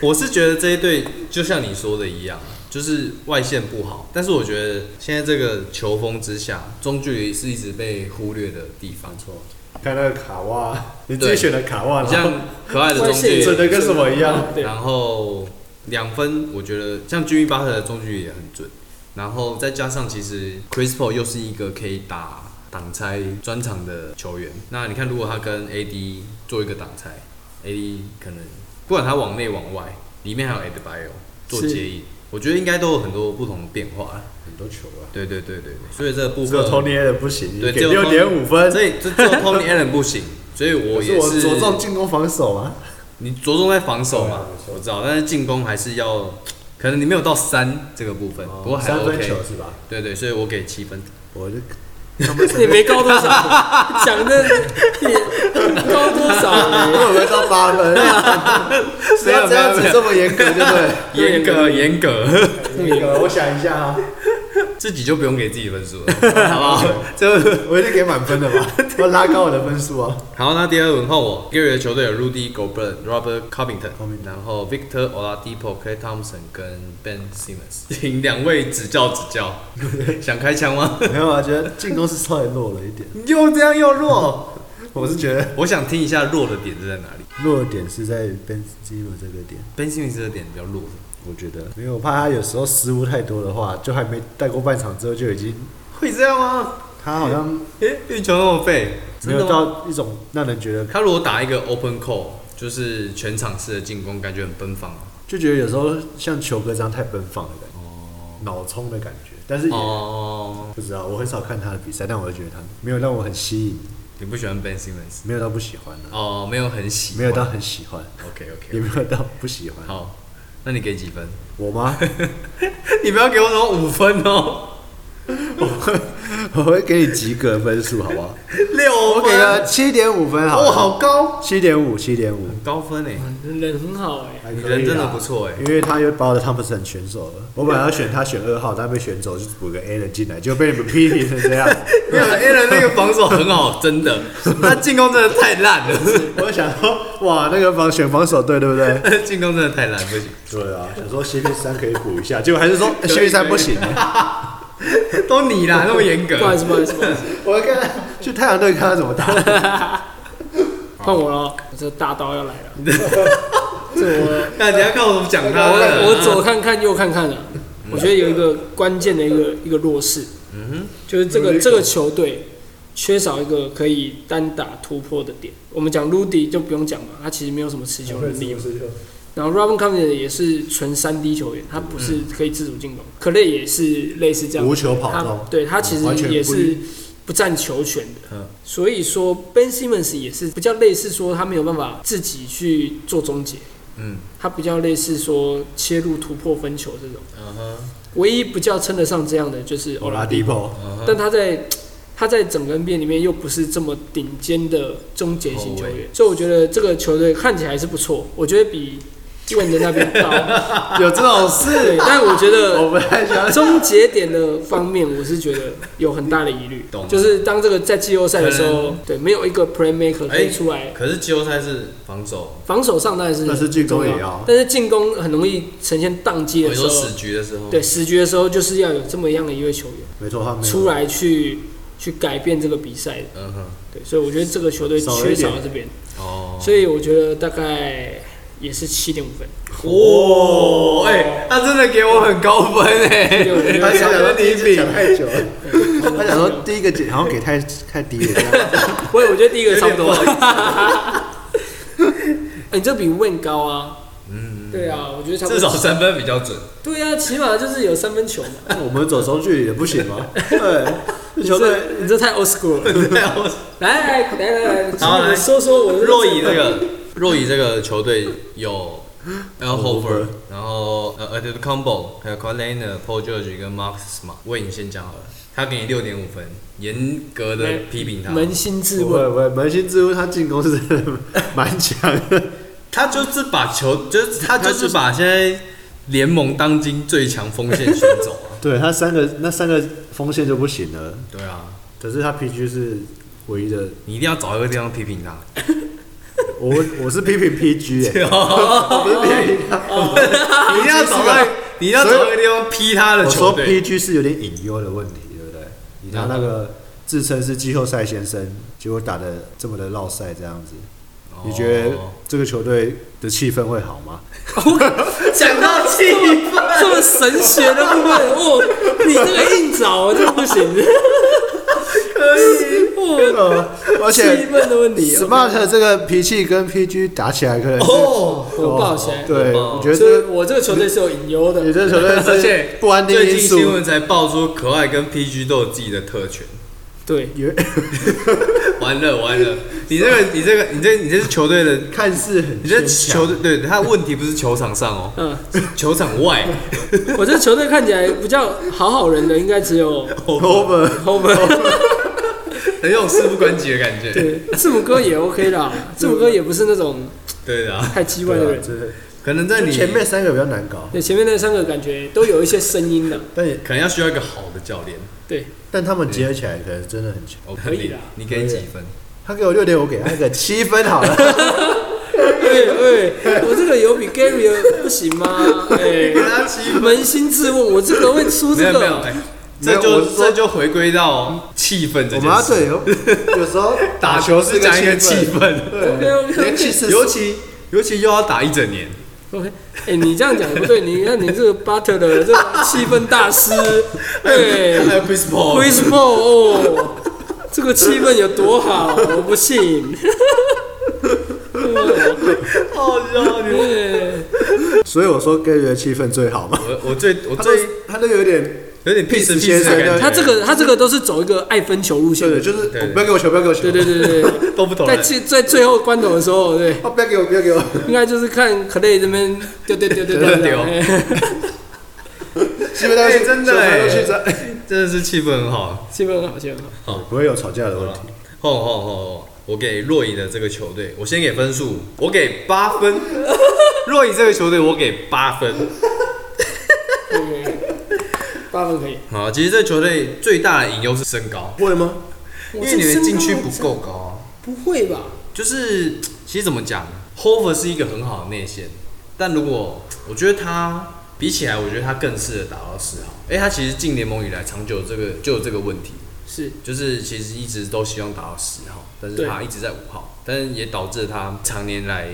[SPEAKER 1] 我是觉得这一队就像你说的一样，啊就是外线不好，但是我觉得现在这个球风之下，中距离是一直被忽略的地方。错，
[SPEAKER 3] 看那个卡哇，你自
[SPEAKER 1] 对
[SPEAKER 3] 己选的卡哇，然后
[SPEAKER 1] 像可爱的中
[SPEAKER 2] 外
[SPEAKER 1] 距
[SPEAKER 2] 线
[SPEAKER 3] 准
[SPEAKER 1] 离，
[SPEAKER 3] 的跟什么一样？
[SPEAKER 2] 对，
[SPEAKER 1] 然后两分，我觉得像 Jimmy Butler 的中距离也很准，然后再加上其实 Chris Paul 又是一个可以打挡拆专场的球员，那你看如果他跟 AD 做一个挡拆，AD 可能不管他往内往外，里面还有 Adbio 做
[SPEAKER 2] 是
[SPEAKER 1] 接应，我我觉得应该都有很多不同的变化啦。
[SPEAKER 3] 很多球啊，
[SPEAKER 1] 对对对对对，所以这个部
[SPEAKER 3] 只有
[SPEAKER 1] 分
[SPEAKER 3] Tony Allen 不行，
[SPEAKER 1] 对
[SPEAKER 3] 给
[SPEAKER 1] 只有
[SPEAKER 3] 六
[SPEAKER 1] Tony-
[SPEAKER 3] 点五分，
[SPEAKER 1] 所以这这 Tony Allen 不行，所以我
[SPEAKER 3] 可是
[SPEAKER 1] 也
[SPEAKER 3] 我
[SPEAKER 1] 是
[SPEAKER 3] 着重进攻防守啊。
[SPEAKER 1] 你着重在防守嘛
[SPEAKER 3] 对啊没，错
[SPEAKER 1] 我知道，但是进攻还是要，可能你没有到三这个部分，不过还
[SPEAKER 3] 哦三
[SPEAKER 1] OK，
[SPEAKER 3] 分球是吧？
[SPEAKER 1] 对对，所以我给七
[SPEAKER 3] [LAUGHS]
[SPEAKER 1] 分，
[SPEAKER 3] 我就
[SPEAKER 2] 你没高多少，讲的你高多少？
[SPEAKER 3] 我以为到八分， [LAUGHS] 不要这样子这么严格，对不对？
[SPEAKER 1] [LAUGHS] 严
[SPEAKER 3] [LAUGHS]
[SPEAKER 1] 格严格， [LAUGHS]
[SPEAKER 3] 那个，我想一下啊，
[SPEAKER 1] 自己就不用给自己分
[SPEAKER 3] [LAUGHS]
[SPEAKER 1] 数了，好不好？这
[SPEAKER 3] 我一定给满分的 [LAUGHS] 吧，我拉高我的分数啊。
[SPEAKER 1] 好，那第二轮换我，Gary 的球队有 Rudy Gobert、Robert Covington，
[SPEAKER 3] Covington
[SPEAKER 1] 然后 Victor Oladipo、Clay Thompson 跟 Ben Simmons，请两位指教指教， [LAUGHS] 想开枪
[SPEAKER 3] [LAUGHS]
[SPEAKER 1] 吗？
[SPEAKER 3] 没有啊，觉得进攻是稍微弱了一点，
[SPEAKER 1] 又这样又弱，
[SPEAKER 3] 我是觉得
[SPEAKER 1] [LAUGHS] 我想听一下弱的点是在哪里
[SPEAKER 3] 弱点是在 Ben Simmons 这个点，
[SPEAKER 1] ？Ben Simmons 的点比较弱，
[SPEAKER 3] 我觉得没有，我怕他有时候失误太多的话，就还没带过半场之后就已经，
[SPEAKER 1] 会这样吗？
[SPEAKER 3] 他好像
[SPEAKER 1] 诶，运球那么废，
[SPEAKER 3] 没
[SPEAKER 1] 真的
[SPEAKER 3] 有
[SPEAKER 1] 吗？
[SPEAKER 3] 到一种让人觉得
[SPEAKER 1] 他如果打一个 open call，就是全场式的进攻，感觉很奔放。
[SPEAKER 3] 就觉得有时候像球哥这样太奔放的感觉，脑冲的感觉，但是也
[SPEAKER 1] 哦，
[SPEAKER 3] 不知道，我很少看他的比赛，但我就觉得他没有让我很吸引，
[SPEAKER 1] 你不喜欢 Ben Simmons？
[SPEAKER 3] 没有到不喜欢了，
[SPEAKER 1] 哦，没有很喜欢，
[SPEAKER 3] 没有到很喜欢，
[SPEAKER 1] OK OK，
[SPEAKER 3] 也没有到不喜欢。
[SPEAKER 1] 好，那你给几分？ [LAUGHS]
[SPEAKER 3] 我吗？ [LAUGHS]
[SPEAKER 1] 你不要给我什么五分哦，
[SPEAKER 3] 我会我会给你及格分数，好不
[SPEAKER 1] [LAUGHS]
[SPEAKER 3] 好？
[SPEAKER 1] 六
[SPEAKER 3] 我给了七点五分，好不
[SPEAKER 1] 哦，好高，
[SPEAKER 3] 七点五，七点五，
[SPEAKER 1] 很高分
[SPEAKER 2] 欸
[SPEAKER 1] 哎，
[SPEAKER 2] 人很好哎、
[SPEAKER 3] 还
[SPEAKER 1] 你
[SPEAKER 3] 可以
[SPEAKER 1] 人真的
[SPEAKER 3] 啦
[SPEAKER 1] 不错哎
[SPEAKER 3] 因为他又把我的汤普森选走了，我本来要选他选二号，但被选走，就补个 A 人进来，就被你们批评成这 [LAUGHS] 样。
[SPEAKER 1] 因为 A 人那个防守很好，真
[SPEAKER 2] [LAUGHS]
[SPEAKER 1] 的，他进攻真的太烂了， [LAUGHS]
[SPEAKER 3] 我想说，哇，那个防选防守队对不对？
[SPEAKER 1] 进攻真的太烂，不行。
[SPEAKER 3] 对啊，想说 CP 三可以补一下，结果还是 [LAUGHS] 说 CP 三不行。啊
[SPEAKER 1] 都你啦，那么严格
[SPEAKER 2] 不。好意思，不好意思，不好意思，
[SPEAKER 3] [LAUGHS] 我看去太阳队看他怎么 [LAUGHS] 打。
[SPEAKER 2] 换我了，哦我这大刀要来了，这我
[SPEAKER 1] 那你要看我怎么讲他了。
[SPEAKER 2] 我我左看看右看看啊，我觉得有一个关键的一个一个弱势，嗯哼，就是这个这个球队缺少一个可以单打突破的点。我们讲 Rudy 就不用讲嘛，他其实没有什么持球能力嘛。然后 Robin Covington 也是纯三 D 球员，他不是可以自主进攻。克雷也是类似这
[SPEAKER 3] 嗯
[SPEAKER 2] 样，
[SPEAKER 3] 无球跑
[SPEAKER 2] 他
[SPEAKER 3] 动嗯
[SPEAKER 2] 对他其
[SPEAKER 3] 完全
[SPEAKER 2] 实
[SPEAKER 3] 不
[SPEAKER 2] 也是不占球权
[SPEAKER 1] 嗯
[SPEAKER 2] 的。所以说 Ben Simmons 也是比较类似说他没有办法自己去做终结，
[SPEAKER 1] 嗯，
[SPEAKER 2] 他比较类似说切入突破分球这种。
[SPEAKER 1] 嗯哼，
[SPEAKER 2] 唯一比较称得上这样的就是
[SPEAKER 3] 欧
[SPEAKER 2] 欧拉
[SPEAKER 3] 拉迪波，
[SPEAKER 1] 嗯哼
[SPEAKER 2] 但他在他在整个 NBA 里面又不是这么顶尖的终结型球
[SPEAKER 1] 后卫
[SPEAKER 2] 员，所以我觉得这个球队看起来还是不错，我觉得比问的那边高，
[SPEAKER 3] [LAUGHS] 有这种事？
[SPEAKER 2] 对，但我觉
[SPEAKER 3] 我
[SPEAKER 2] 得。
[SPEAKER 3] 不太相信。
[SPEAKER 2] 终结点的方面，我是觉得有很大的疑虑
[SPEAKER 1] 懂，
[SPEAKER 2] 就是当这个在季后赛的时
[SPEAKER 1] 可
[SPEAKER 2] 候
[SPEAKER 1] 能，嗯
[SPEAKER 2] 对，没有一个 playmaker 可以出来，
[SPEAKER 1] 可是季后赛是防守，
[SPEAKER 2] 防守上当然是
[SPEAKER 3] 但是进攻也
[SPEAKER 2] 重
[SPEAKER 3] 要
[SPEAKER 2] 但是进攻很容易呈现宕机
[SPEAKER 1] 我
[SPEAKER 2] 的时
[SPEAKER 1] 说
[SPEAKER 2] 候，
[SPEAKER 1] 死局的时候，
[SPEAKER 2] 对，死局的时候就是要有这么样的一位球员。
[SPEAKER 3] 没错，他没有
[SPEAKER 2] 出来去去改变这个比赛的。
[SPEAKER 1] 嗯哼，
[SPEAKER 2] 对，所以我觉得这个球队
[SPEAKER 3] 少了一
[SPEAKER 2] 缺
[SPEAKER 3] 点
[SPEAKER 2] 少了这边，
[SPEAKER 1] 哦，
[SPEAKER 2] 所以我觉得大概也是七点五分。
[SPEAKER 1] 哦，哎，他真的给我很高分哎，
[SPEAKER 2] 对，
[SPEAKER 3] 他
[SPEAKER 2] 我觉
[SPEAKER 3] 想
[SPEAKER 2] 得
[SPEAKER 3] 说第一次讲太久了，
[SPEAKER 2] 对
[SPEAKER 3] 他想说第一个解好像给太太低了 [LAUGHS] 这样，
[SPEAKER 2] 我我觉得第一个差不多
[SPEAKER 1] 有。
[SPEAKER 2] [LAUGHS] 哎，你这比 Win 高啊。嗯，对啊，我觉得差不
[SPEAKER 1] 至
[SPEAKER 2] 多。
[SPEAKER 1] 少三分比较准。
[SPEAKER 2] 对啊，起码就是有三分球嘛。
[SPEAKER 3] 那我们走中距离的不行吗？对，这球队
[SPEAKER 2] 你这你这太 old
[SPEAKER 1] [LAUGHS]
[SPEAKER 2] school 了。
[SPEAKER 1] 啊
[SPEAKER 2] 来来来来来，
[SPEAKER 1] 好来
[SPEAKER 2] 我说说我的
[SPEAKER 1] 若以这个，若以这个球队有 L Hofer，然后呃呃对 Combo，还有 c o l i n e r Paul George 跟 Mark Smart，为你先讲好了，他给你六点五分，严格的批评他，
[SPEAKER 2] 扪心自
[SPEAKER 3] 我我
[SPEAKER 2] 问，
[SPEAKER 3] 扪心自问，他进攻是真的蛮强的，
[SPEAKER 1] 他就是把球，就是他就是把现在联盟当今最强锋线选走啊。
[SPEAKER 3] 对他三个那三个锋线就不行了，
[SPEAKER 1] [LAUGHS] 对啊，
[SPEAKER 3] 可是他 PG 是唯一的，
[SPEAKER 1] 你一定要找一个地方批评
[SPEAKER 3] [LAUGHS]
[SPEAKER 1] 他。
[SPEAKER 3] 我我是批评
[SPEAKER 2] [LAUGHS]
[SPEAKER 3] PG 哎、我不是批评他，
[SPEAKER 1] 你一定要找到，你一定要找一个地方批他的
[SPEAKER 3] 我
[SPEAKER 1] 球
[SPEAKER 3] 说
[SPEAKER 1] 队。
[SPEAKER 3] PG 是有点隐忧的问题，对不对？你他那个自称是季后赛先生，结果打的这么的绕赛这样子，你觉得
[SPEAKER 1] 哦
[SPEAKER 3] 这个球队的气氛会好
[SPEAKER 2] [LAUGHS]
[SPEAKER 3] 吗？
[SPEAKER 2] 讲到气这么神学的啊部分，哦，你这个硬找，这不行。
[SPEAKER 1] 可以？
[SPEAKER 2] 哦
[SPEAKER 3] 而
[SPEAKER 2] 气
[SPEAKER 3] 且
[SPEAKER 2] 氛的问题。
[SPEAKER 3] Smart 这个脾气跟 PG 打起来，可能是
[SPEAKER 2] 哦，火爆起来。
[SPEAKER 3] 对，
[SPEAKER 1] 哦
[SPEAKER 3] 我觉得
[SPEAKER 2] 所以
[SPEAKER 3] 这
[SPEAKER 2] 我这个球队是有隐忧的
[SPEAKER 3] 你。这球队
[SPEAKER 1] 而且
[SPEAKER 3] 是不安定
[SPEAKER 1] 最
[SPEAKER 3] 因
[SPEAKER 1] 近
[SPEAKER 3] 素。
[SPEAKER 1] 新闻才爆出，可爱跟 PG 都有自己的特权。 [LAUGHS]
[SPEAKER 2] 对，
[SPEAKER 3] 有
[SPEAKER 1] 完了完了，你这个你这个你这你这是球队的，
[SPEAKER 3] 看似很
[SPEAKER 1] 你这
[SPEAKER 3] 牵
[SPEAKER 1] 球
[SPEAKER 3] 强
[SPEAKER 1] 队对他的问题不是球场上哦，
[SPEAKER 3] [LAUGHS]
[SPEAKER 2] 嗯，
[SPEAKER 1] 球场外。
[SPEAKER 2] 我这球队看起来比较好好人的，应该只有
[SPEAKER 3] over [LAUGHS]
[SPEAKER 2] Homer。
[SPEAKER 1] [LAUGHS] 很有事不关己的感觉。
[SPEAKER 2] 对，字母哥也 OK 啦，字母哥也不是那种
[SPEAKER 1] 对的啊，
[SPEAKER 2] 太叽歪的
[SPEAKER 3] 对啊
[SPEAKER 2] 人。
[SPEAKER 3] 这
[SPEAKER 1] 可能在
[SPEAKER 3] 就
[SPEAKER 1] 你
[SPEAKER 3] 前面三个比较难搞，
[SPEAKER 2] 对，前面那三个感觉都有一些声音的。
[SPEAKER 3] 但也
[SPEAKER 1] 可能要需要一个好的教练。
[SPEAKER 2] 对，
[SPEAKER 3] 但他们结合起来可能真的很强。
[SPEAKER 1] 我
[SPEAKER 2] 可以啦
[SPEAKER 1] 你你给几分？
[SPEAKER 3] 他给我六点，我给他一个七分好 [LAUGHS] 了。
[SPEAKER 2] 喂喂，哎我这个有比 Gary 的不行吗？哎
[SPEAKER 1] 给，
[SPEAKER 3] 啊
[SPEAKER 1] 他七分。
[SPEAKER 2] 扪心自问，我这个会出
[SPEAKER 1] 没
[SPEAKER 2] 这
[SPEAKER 1] 有没有，
[SPEAKER 2] 个？
[SPEAKER 1] 哎
[SPEAKER 3] 没
[SPEAKER 1] 这
[SPEAKER 3] 有我
[SPEAKER 1] 就是
[SPEAKER 3] 说
[SPEAKER 1] 这就回归到气氛这
[SPEAKER 3] 我们要
[SPEAKER 1] 件
[SPEAKER 3] 对
[SPEAKER 1] 事。
[SPEAKER 3] 有有时候
[SPEAKER 1] 打球是讲一个
[SPEAKER 3] 气
[SPEAKER 1] 气
[SPEAKER 3] 氛，
[SPEAKER 1] 氛，
[SPEAKER 2] OK
[SPEAKER 3] 连
[SPEAKER 2] OK
[SPEAKER 3] 气势
[SPEAKER 1] 尤其尤其又要打一整年，
[SPEAKER 2] OK，哎，你这样讲也不对，你看你这个 Butter 的这个气氛大师，哎
[SPEAKER 1] 还有 [LAUGHS] Chris Paul，
[SPEAKER 2] ，Chris Paul 哦，这个气氛有多好，我不信。
[SPEAKER 1] 好笑你们
[SPEAKER 2] 对
[SPEAKER 3] 所以我说 Gary 的气氛最好嘛。
[SPEAKER 1] 我我最我
[SPEAKER 3] 他都
[SPEAKER 1] 最
[SPEAKER 3] 他都有点
[SPEAKER 1] 有点 peace
[SPEAKER 3] Peace
[SPEAKER 1] peace 的
[SPEAKER 3] 先生
[SPEAKER 1] 感觉，
[SPEAKER 2] 他这个他这个都是走一个爱分球路线
[SPEAKER 3] 对的，，
[SPEAKER 2] 的
[SPEAKER 3] 就是
[SPEAKER 1] 对对
[SPEAKER 3] 我不要给我球，不要给我球，
[SPEAKER 2] 对对对对对，
[SPEAKER 1] 都不懂
[SPEAKER 2] 在
[SPEAKER 1] 了。
[SPEAKER 2] 最在最后关头的时候，对，
[SPEAKER 3] 哦不要给我，不要给我。
[SPEAKER 2] 应该就是看 Clay 这边丢丢丢丢
[SPEAKER 1] 丢丢
[SPEAKER 2] 丢，哎
[SPEAKER 3] 基本上
[SPEAKER 1] 哎真的哎
[SPEAKER 3] 去争，
[SPEAKER 1] 真的是气氛很好，
[SPEAKER 2] 气氛很好，气氛很好。
[SPEAKER 3] 不会有吵架的问题。
[SPEAKER 1] 吼吼吼！吼我给若隐的这个球队，我先给分数，我给八分。 [LAUGHS] 若隐这个球队，我给八分。
[SPEAKER 2] OK，八分可以。
[SPEAKER 1] 好，其实这球队最大的隐忧是身高，
[SPEAKER 3] 会吗？
[SPEAKER 1] 因
[SPEAKER 2] 我
[SPEAKER 1] 为你们
[SPEAKER 2] 这身
[SPEAKER 1] 禁
[SPEAKER 2] 高
[SPEAKER 1] 区
[SPEAKER 2] 我
[SPEAKER 1] 不
[SPEAKER 2] 真
[SPEAKER 1] 够高啊。
[SPEAKER 2] 不会吧？
[SPEAKER 1] 就是其实怎么讲，Hofer 是一个很好的内线，但如果我觉得他比起来，我觉得他更适合打到四号。哎、他其实进联盟以来长久这个就有这个问题，
[SPEAKER 2] 是
[SPEAKER 1] 就是其实一直都希望打到十号，但是
[SPEAKER 2] 对
[SPEAKER 1] 他一直在五号，但是也导致他常年来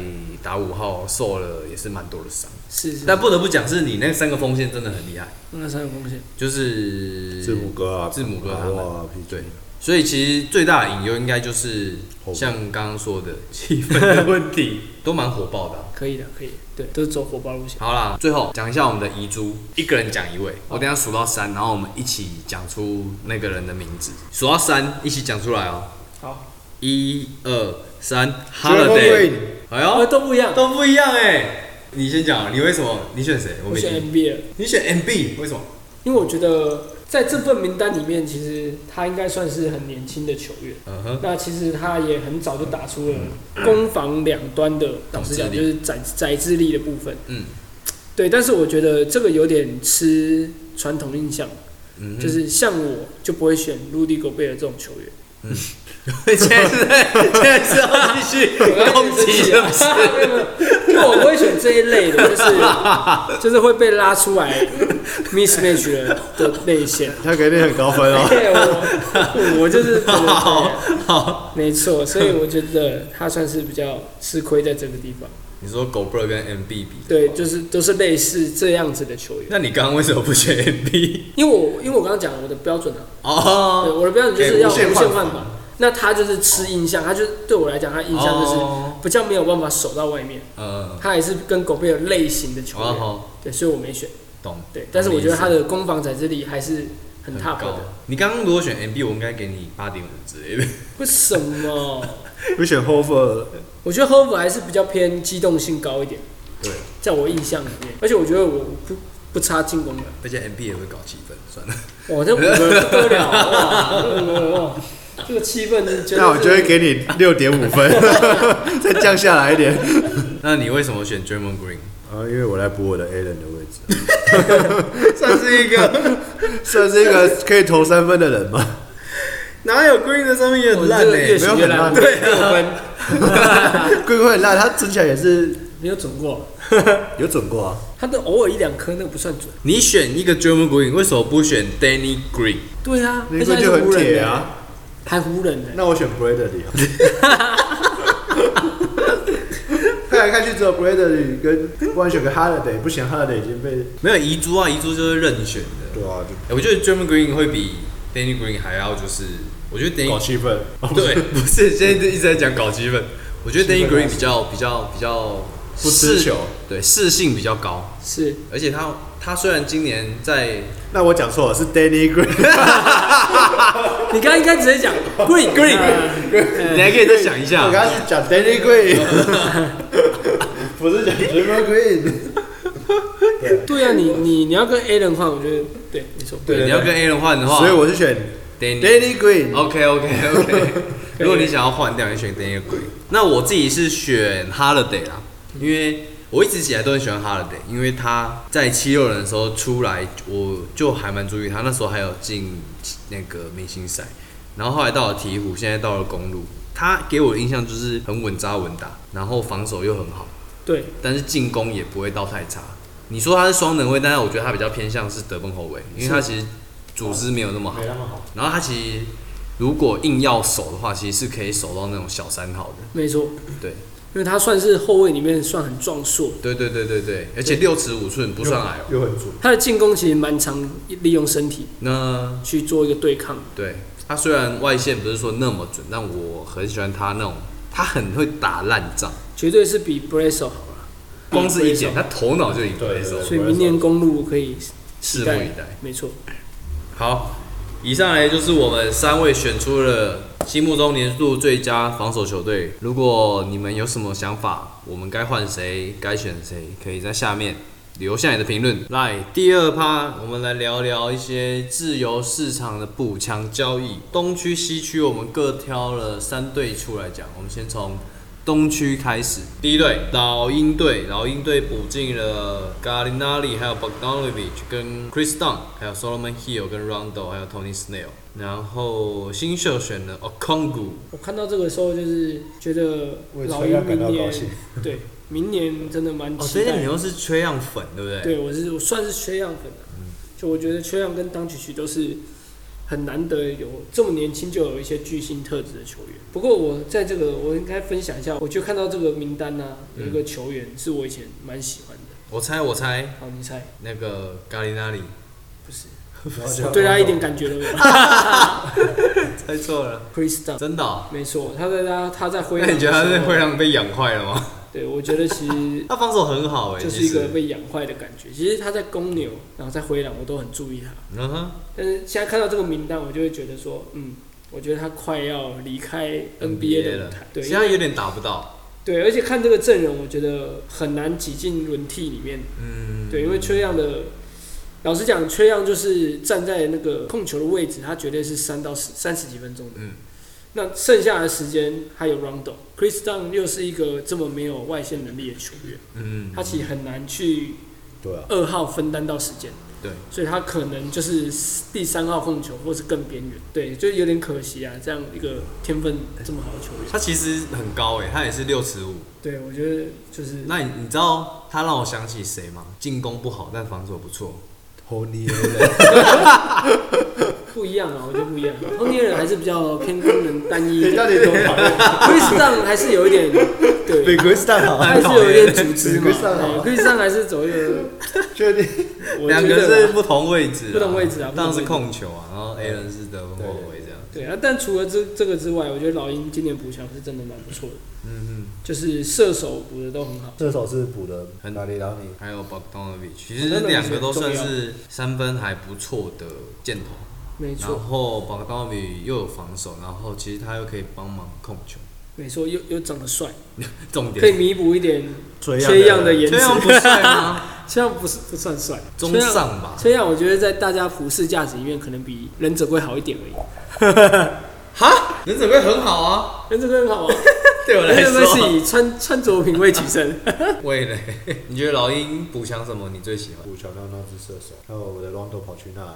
[SPEAKER 1] 打五号受了也是蛮多的伤。
[SPEAKER 2] 是是，
[SPEAKER 1] 但不得不讲，是你那三个锋线真的很厉害，
[SPEAKER 2] 那三个风险
[SPEAKER 1] 就是
[SPEAKER 3] 字母哥啊，
[SPEAKER 1] 字母哥他们
[SPEAKER 3] 哇，
[SPEAKER 1] 对。所以其实最大的隐忧应该就是
[SPEAKER 3] 后面
[SPEAKER 1] 像刚刚说的气氛的问 [LAUGHS] 题，都蛮火爆的啊、
[SPEAKER 2] 可以的，可以的，对，都是走火爆路线。
[SPEAKER 1] 好啦，最后讲一下我们的遗珠，一个人讲一位。我等一下数到三，然后我们一起讲出那个人的名字。数到三，一起讲出来哦。
[SPEAKER 2] 好，
[SPEAKER 1] 一二三
[SPEAKER 3] Draymond
[SPEAKER 1] ，Holiday
[SPEAKER 3] Green。
[SPEAKER 1] 哎
[SPEAKER 2] 呃，
[SPEAKER 1] 呦，
[SPEAKER 2] 都不一样。
[SPEAKER 1] 都不一样哎。你先讲，你为什么？你选谁？我
[SPEAKER 2] 我
[SPEAKER 1] 没
[SPEAKER 2] 选
[SPEAKER 1] 听。
[SPEAKER 2] NBA，
[SPEAKER 1] 你选 MB，为什么？
[SPEAKER 2] 因为我觉得在这份名单里面，其实他应该算是很年轻的球员。
[SPEAKER 1] 嗯哼，
[SPEAKER 2] 那其实他也很早就打出了攻防两端的，老实讲
[SPEAKER 1] 嗯统治力
[SPEAKER 2] 就是宰宰制力的部分。
[SPEAKER 1] 嗯
[SPEAKER 2] 对，但是我觉得这个有点吃传统印象，
[SPEAKER 1] 嗯哼，
[SPEAKER 2] 就是像我就不会选陆地狗贝尔这种球员。
[SPEAKER 1] [LAUGHS] 现在是在现在是要继续攻击，是不是？
[SPEAKER 2] 没有没有因为我不会选这一类的，就是就是会被拉出来 mismatch 的的内线。
[SPEAKER 3] 他给你很高分 [LAUGHS] 哦。
[SPEAKER 2] 对，我我就是对
[SPEAKER 1] 好好，
[SPEAKER 2] 没错，所以我觉得他算是比较吃亏在这个地方。
[SPEAKER 1] 你说狗 b 跟 MB 比，
[SPEAKER 2] 对，就是都是类似这样子的球员。
[SPEAKER 1] 那你刚刚为什么不选 [LAUGHS] MB？
[SPEAKER 2] 因为我因为我刚刚讲我的标准啊，对，
[SPEAKER 1] 哦，
[SPEAKER 2] 我的标准就是要
[SPEAKER 1] 可以无限
[SPEAKER 2] 无限
[SPEAKER 1] 换
[SPEAKER 2] 换
[SPEAKER 1] 防
[SPEAKER 2] 防。那他就是吃印象，他就是对我来讲，他印象就是
[SPEAKER 1] 哦
[SPEAKER 2] 比较没有办法守到外面。
[SPEAKER 1] 呃，
[SPEAKER 2] 他也是跟狗贝尔类型的球
[SPEAKER 1] 哦
[SPEAKER 2] 员，
[SPEAKER 1] 好，
[SPEAKER 2] 对，所以我没选。
[SPEAKER 1] 懂。
[SPEAKER 2] 对，但是我觉得他
[SPEAKER 1] 懂
[SPEAKER 2] 的攻防宰制力还是很
[SPEAKER 1] 你意思
[SPEAKER 2] top
[SPEAKER 1] 很高
[SPEAKER 2] 的。。
[SPEAKER 1] 你刚刚如果选 MB，我应该给你八点五之类的。
[SPEAKER 2] 为什么？
[SPEAKER 3] 我选 Hofer，
[SPEAKER 2] 我觉得 h o v e r 还是比较偏机动性高一点。
[SPEAKER 1] 对，
[SPEAKER 2] 在我印象里面，而且我觉得我不不差进攻的。
[SPEAKER 1] 而且 MB 也会搞气氛，算了。 [LAUGHS]
[SPEAKER 2] 哇，这五个人不得了！啊哇，这五个人哇这个气氛真的是，
[SPEAKER 3] 那我就会给你六点五 [LAUGHS] 分，再降下来一点。
[SPEAKER 1] 那你为什么选 German Green？
[SPEAKER 3] 啊，因为我来补我的 a l a n 的位置，
[SPEAKER 1] 算是一个
[SPEAKER 3] 算是一个可以投三分的人吗？
[SPEAKER 1] 哪有 Green 的上面也
[SPEAKER 2] 我
[SPEAKER 1] 很
[SPEAKER 2] 这
[SPEAKER 1] 烂
[SPEAKER 2] 个越
[SPEAKER 1] 呢？
[SPEAKER 2] 选越
[SPEAKER 3] 没有很
[SPEAKER 2] 烂，
[SPEAKER 3] 烂
[SPEAKER 2] 对，啊六分
[SPEAKER 3] 龟龟很烂，他准起来也是
[SPEAKER 2] 没有准过，
[SPEAKER 3] 有准过
[SPEAKER 4] [LAUGHS]
[SPEAKER 3] 啊。
[SPEAKER 2] 他的偶尔一两颗那个不算准。
[SPEAKER 1] [LAUGHS] 你选一个 German Green，为什么不选 Danny Green？
[SPEAKER 2] 对啊，
[SPEAKER 3] 那
[SPEAKER 2] 而
[SPEAKER 3] 个
[SPEAKER 2] 且还
[SPEAKER 3] 就是很
[SPEAKER 2] 湖人
[SPEAKER 3] 铁
[SPEAKER 2] 的
[SPEAKER 3] 啊，
[SPEAKER 2] 还湖人的，
[SPEAKER 3] 那我选
[SPEAKER 4] [LAUGHS]
[SPEAKER 3] Bradley 啊好了。看来看去只有 Bradley 跟不然选个 Holiday，不行 Holiday 已经被
[SPEAKER 1] 没有遗珠啊，遗珠就是任选的。
[SPEAKER 3] 对啊，
[SPEAKER 1] 我觉得 German Green 会比 Danny Green 还要就是我觉得 d a
[SPEAKER 3] 搞气
[SPEAKER 4] [LAUGHS]
[SPEAKER 3] 氛，
[SPEAKER 1] 对， [LAUGHS] 不是现在一直在讲搞基本，我觉得 Danny Green 比较比较比较
[SPEAKER 3] 不吃
[SPEAKER 1] 适
[SPEAKER 3] 球，
[SPEAKER 1] 对，适性比较高，
[SPEAKER 2] 是
[SPEAKER 1] 而且他他虽然今年在
[SPEAKER 3] 那我讲错了，是 Danny Green，
[SPEAKER 2] 你刚刚应该直接讲 green green，
[SPEAKER 3] [LAUGHS]
[SPEAKER 1] 你还可以再想一
[SPEAKER 4] [LAUGHS] 我
[SPEAKER 1] 下
[SPEAKER 4] 刚，刚是讲 Danny Green，不是讲 Draymond Green。
[SPEAKER 2] 对啊，你你你要跟 A 人换，我觉得对，没错，
[SPEAKER 4] 对
[SPEAKER 1] 你要跟 A 人换的话，
[SPEAKER 3] 所以我是选
[SPEAKER 1] Danny。
[SPEAKER 4] Danny Green，
[SPEAKER 1] OK OK OK，如果你想要换掉，你选 Danny Green。那我自己是选 Holiday 啦，因为我一直以来都很喜欢 Holiday，因为他在七六人的时候出来，我就还蛮注意他。那时候还有进那个明星赛，然后后来到了鹈鹕，现在到了公路，他给我的印象就是很稳扎稳打，然后防守又很好。
[SPEAKER 2] 对，
[SPEAKER 1] 但是进攻也不会到太差。你说他是双能卫，但是我觉得他比较偏向是得分后卫，因为他其实组织没有那么好。
[SPEAKER 3] 那么好，
[SPEAKER 1] 然后他其实如果硬要守的话，其实是可以守到那种小三号的。
[SPEAKER 2] 没错，
[SPEAKER 1] 对，
[SPEAKER 2] 因为他算是后卫里面算很壮硕的，
[SPEAKER 1] 对对对对对，而且六尺五寸不算矮哦。
[SPEAKER 3] 又很准，
[SPEAKER 2] 他的进攻其实蛮常利用身体
[SPEAKER 1] 那
[SPEAKER 2] 去做一个对抗，
[SPEAKER 1] 对他虽然外线不是说那么准，但我很喜欢他那种，他很会打烂仗，
[SPEAKER 2] 绝对是比 b r a s o 好了，
[SPEAKER 1] 光是一点
[SPEAKER 2] 比
[SPEAKER 1] 他头脑就赢
[SPEAKER 3] 对
[SPEAKER 1] 对手
[SPEAKER 3] 对，
[SPEAKER 2] Brazel，所以明年公路可以
[SPEAKER 1] 拭目以待。
[SPEAKER 2] 没错，
[SPEAKER 1] 好，以上来就是我们三位选出了心目中年度最佳防守球队。如果你们有什么想法，我们该换谁，该选谁，可以在下面留下你的评论。来，第二趴，我们来聊聊一些自由市场的补强交易。东区、西区，我们各挑了三队出来讲。我们先从东区开始，第一队老鹰队，老鹰队补进了 g a l i n a r i 还有 Bogdanovic 跟 Chris Dunn，还有 Solomon Hill 跟 Rondo，还有 Tony Snell。然后新秀选了 Okongu，
[SPEAKER 2] 我看到这个时候就是觉得
[SPEAKER 4] 为
[SPEAKER 2] 老
[SPEAKER 4] 崔样
[SPEAKER 2] 鹰
[SPEAKER 4] 感
[SPEAKER 2] 明
[SPEAKER 4] 到高
[SPEAKER 2] 年
[SPEAKER 4] 兴。
[SPEAKER 2] 对明年真的蛮
[SPEAKER 1] 哦，
[SPEAKER 2] 期
[SPEAKER 1] 所以
[SPEAKER 2] 待
[SPEAKER 1] 你
[SPEAKER 2] 的。
[SPEAKER 1] 又是缺样粉，对不对？嗯
[SPEAKER 2] 对，我是我算是缺氧粉的、就我觉得缺氧跟当曲曲都是很难得有这么年轻就有一些巨星特质的球员。不过我在这个我应该分享一下，我就看到这个名单呢、啊有一
[SPEAKER 1] 嗯
[SPEAKER 2] 个球员是我以前蛮喜欢的。
[SPEAKER 1] 我猜，我猜
[SPEAKER 2] 好，你猜？
[SPEAKER 1] 那个 g a l i n a r i
[SPEAKER 2] 不是，
[SPEAKER 4] 然后就
[SPEAKER 3] 啊
[SPEAKER 2] 对他一点感觉都
[SPEAKER 1] [LAUGHS]
[SPEAKER 2] 没有。
[SPEAKER 1] 猜错了，
[SPEAKER 2] Chris Dunn，
[SPEAKER 1] 真的哦、
[SPEAKER 2] 没错，他在他他在灰
[SPEAKER 1] 那
[SPEAKER 2] 狼的
[SPEAKER 1] 你
[SPEAKER 2] 时
[SPEAKER 1] 觉得
[SPEAKER 2] 候，
[SPEAKER 1] 他是会让被养坏了 [LAUGHS] 吗？
[SPEAKER 2] 对我觉得
[SPEAKER 1] [LAUGHS]
[SPEAKER 2] 其实
[SPEAKER 1] 他防守很好哎、
[SPEAKER 2] 就
[SPEAKER 1] 其
[SPEAKER 2] 是一个
[SPEAKER 1] 实
[SPEAKER 2] 被养坏的感觉。其实他在公牛，然后在灰狼，我都很注意他。
[SPEAKER 1] 嗯哼，
[SPEAKER 2] 但是现在看到这个名单，我就会觉得说，嗯，我觉得他快要离开 NBA 的舞台，对，
[SPEAKER 1] 其实
[SPEAKER 2] 因
[SPEAKER 1] 他
[SPEAKER 2] 为
[SPEAKER 1] 有点打不到，
[SPEAKER 2] 对，而且看这个阵容，我觉得很难挤进轮替里面，
[SPEAKER 1] 嗯，
[SPEAKER 2] 对，因为缺样的，老实讲，缺样就是站在那个控球的位置，他绝对是三到十三十几分钟的，
[SPEAKER 1] 嗯，
[SPEAKER 2] 那剩下的时间还有 Rondo、Chris Dunn 又是一个这么没有外线能力的球员，
[SPEAKER 1] 嗯，
[SPEAKER 2] 他其实很难去
[SPEAKER 3] 对啊，
[SPEAKER 2] 二号分担到时间。
[SPEAKER 1] 对，
[SPEAKER 2] 所以他可能就是第三号控球，或是更边缘。对，就有点可惜啊，这样一个天分这么好的球员。
[SPEAKER 1] 他其实很高哎、他也是六尺五。
[SPEAKER 2] 对，我觉得就是
[SPEAKER 1] 那你你知道他让我想起谁吗？进攻不好，但防守不错。
[SPEAKER 3] 托尼，
[SPEAKER 2] 不一样啊，我觉得不一样。通天人还是比较偏功能单一一
[SPEAKER 4] 你
[SPEAKER 2] 点
[SPEAKER 4] 到底多讨
[SPEAKER 3] [LAUGHS]
[SPEAKER 4] 厌？
[SPEAKER 2] ，Chris Dunn 还是有一点，对，
[SPEAKER 3] 比 Chris Dunn 好，
[SPEAKER 2] 他还是有一点组织嘛。
[SPEAKER 4] Chris Dunn 好
[SPEAKER 2] 对，Chris Dunn 还是走一个，
[SPEAKER 4] 确定？
[SPEAKER 2] 我
[SPEAKER 1] 两
[SPEAKER 2] 觉
[SPEAKER 1] 个
[SPEAKER 2] 得
[SPEAKER 1] 是
[SPEAKER 2] 啊
[SPEAKER 1] 不同位置、
[SPEAKER 2] 不同位置啊不同位置
[SPEAKER 1] 当然是控球啊，然后 A 人是得分后卫这样。
[SPEAKER 2] 对啊。但除了这这个之外，我觉得老鹰今年补强是真的蛮不错的，
[SPEAKER 1] 嗯
[SPEAKER 2] 就是射手补的都很好。
[SPEAKER 3] 射手是补的哪里然后你
[SPEAKER 1] 嗯，还有 Bogdanovic，其实两个都算是三分还不错的箭头。
[SPEAKER 2] 没错
[SPEAKER 1] 然。后 Bogdanovic 又有防守，然后其实他又可以帮忙控球。
[SPEAKER 2] 没错，又又长得帅，
[SPEAKER 1] 重点
[SPEAKER 2] 可以弥补一点
[SPEAKER 3] 崔
[SPEAKER 2] 崔样的
[SPEAKER 1] [LAUGHS]
[SPEAKER 2] 颜值
[SPEAKER 1] 这。样不
[SPEAKER 2] [LAUGHS]
[SPEAKER 1] 帅吗？
[SPEAKER 2] 崔样不是不算帅，
[SPEAKER 1] 中
[SPEAKER 2] 崔样。
[SPEAKER 1] 上吧。
[SPEAKER 2] 崔样我觉得在大家普世价值里面，可能比忍者龟好一点而
[SPEAKER 1] 哦
[SPEAKER 2] 已。
[SPEAKER 1] 哈，人准备很好啊，
[SPEAKER 2] 忍者龟很
[SPEAKER 1] [LAUGHS]
[SPEAKER 2] 好啊，
[SPEAKER 1] 对我来
[SPEAKER 2] 忍者龟是 [LAUGHS]
[SPEAKER 1] 说。
[SPEAKER 2] 以穿穿着品味取
[SPEAKER 1] [LAUGHS]
[SPEAKER 2] 胜。
[SPEAKER 1] 喂嘞，你觉得老鹰补强什么你最喜欢？
[SPEAKER 3] 补强刚刚是射手，还有我的 Rondo 跑去那里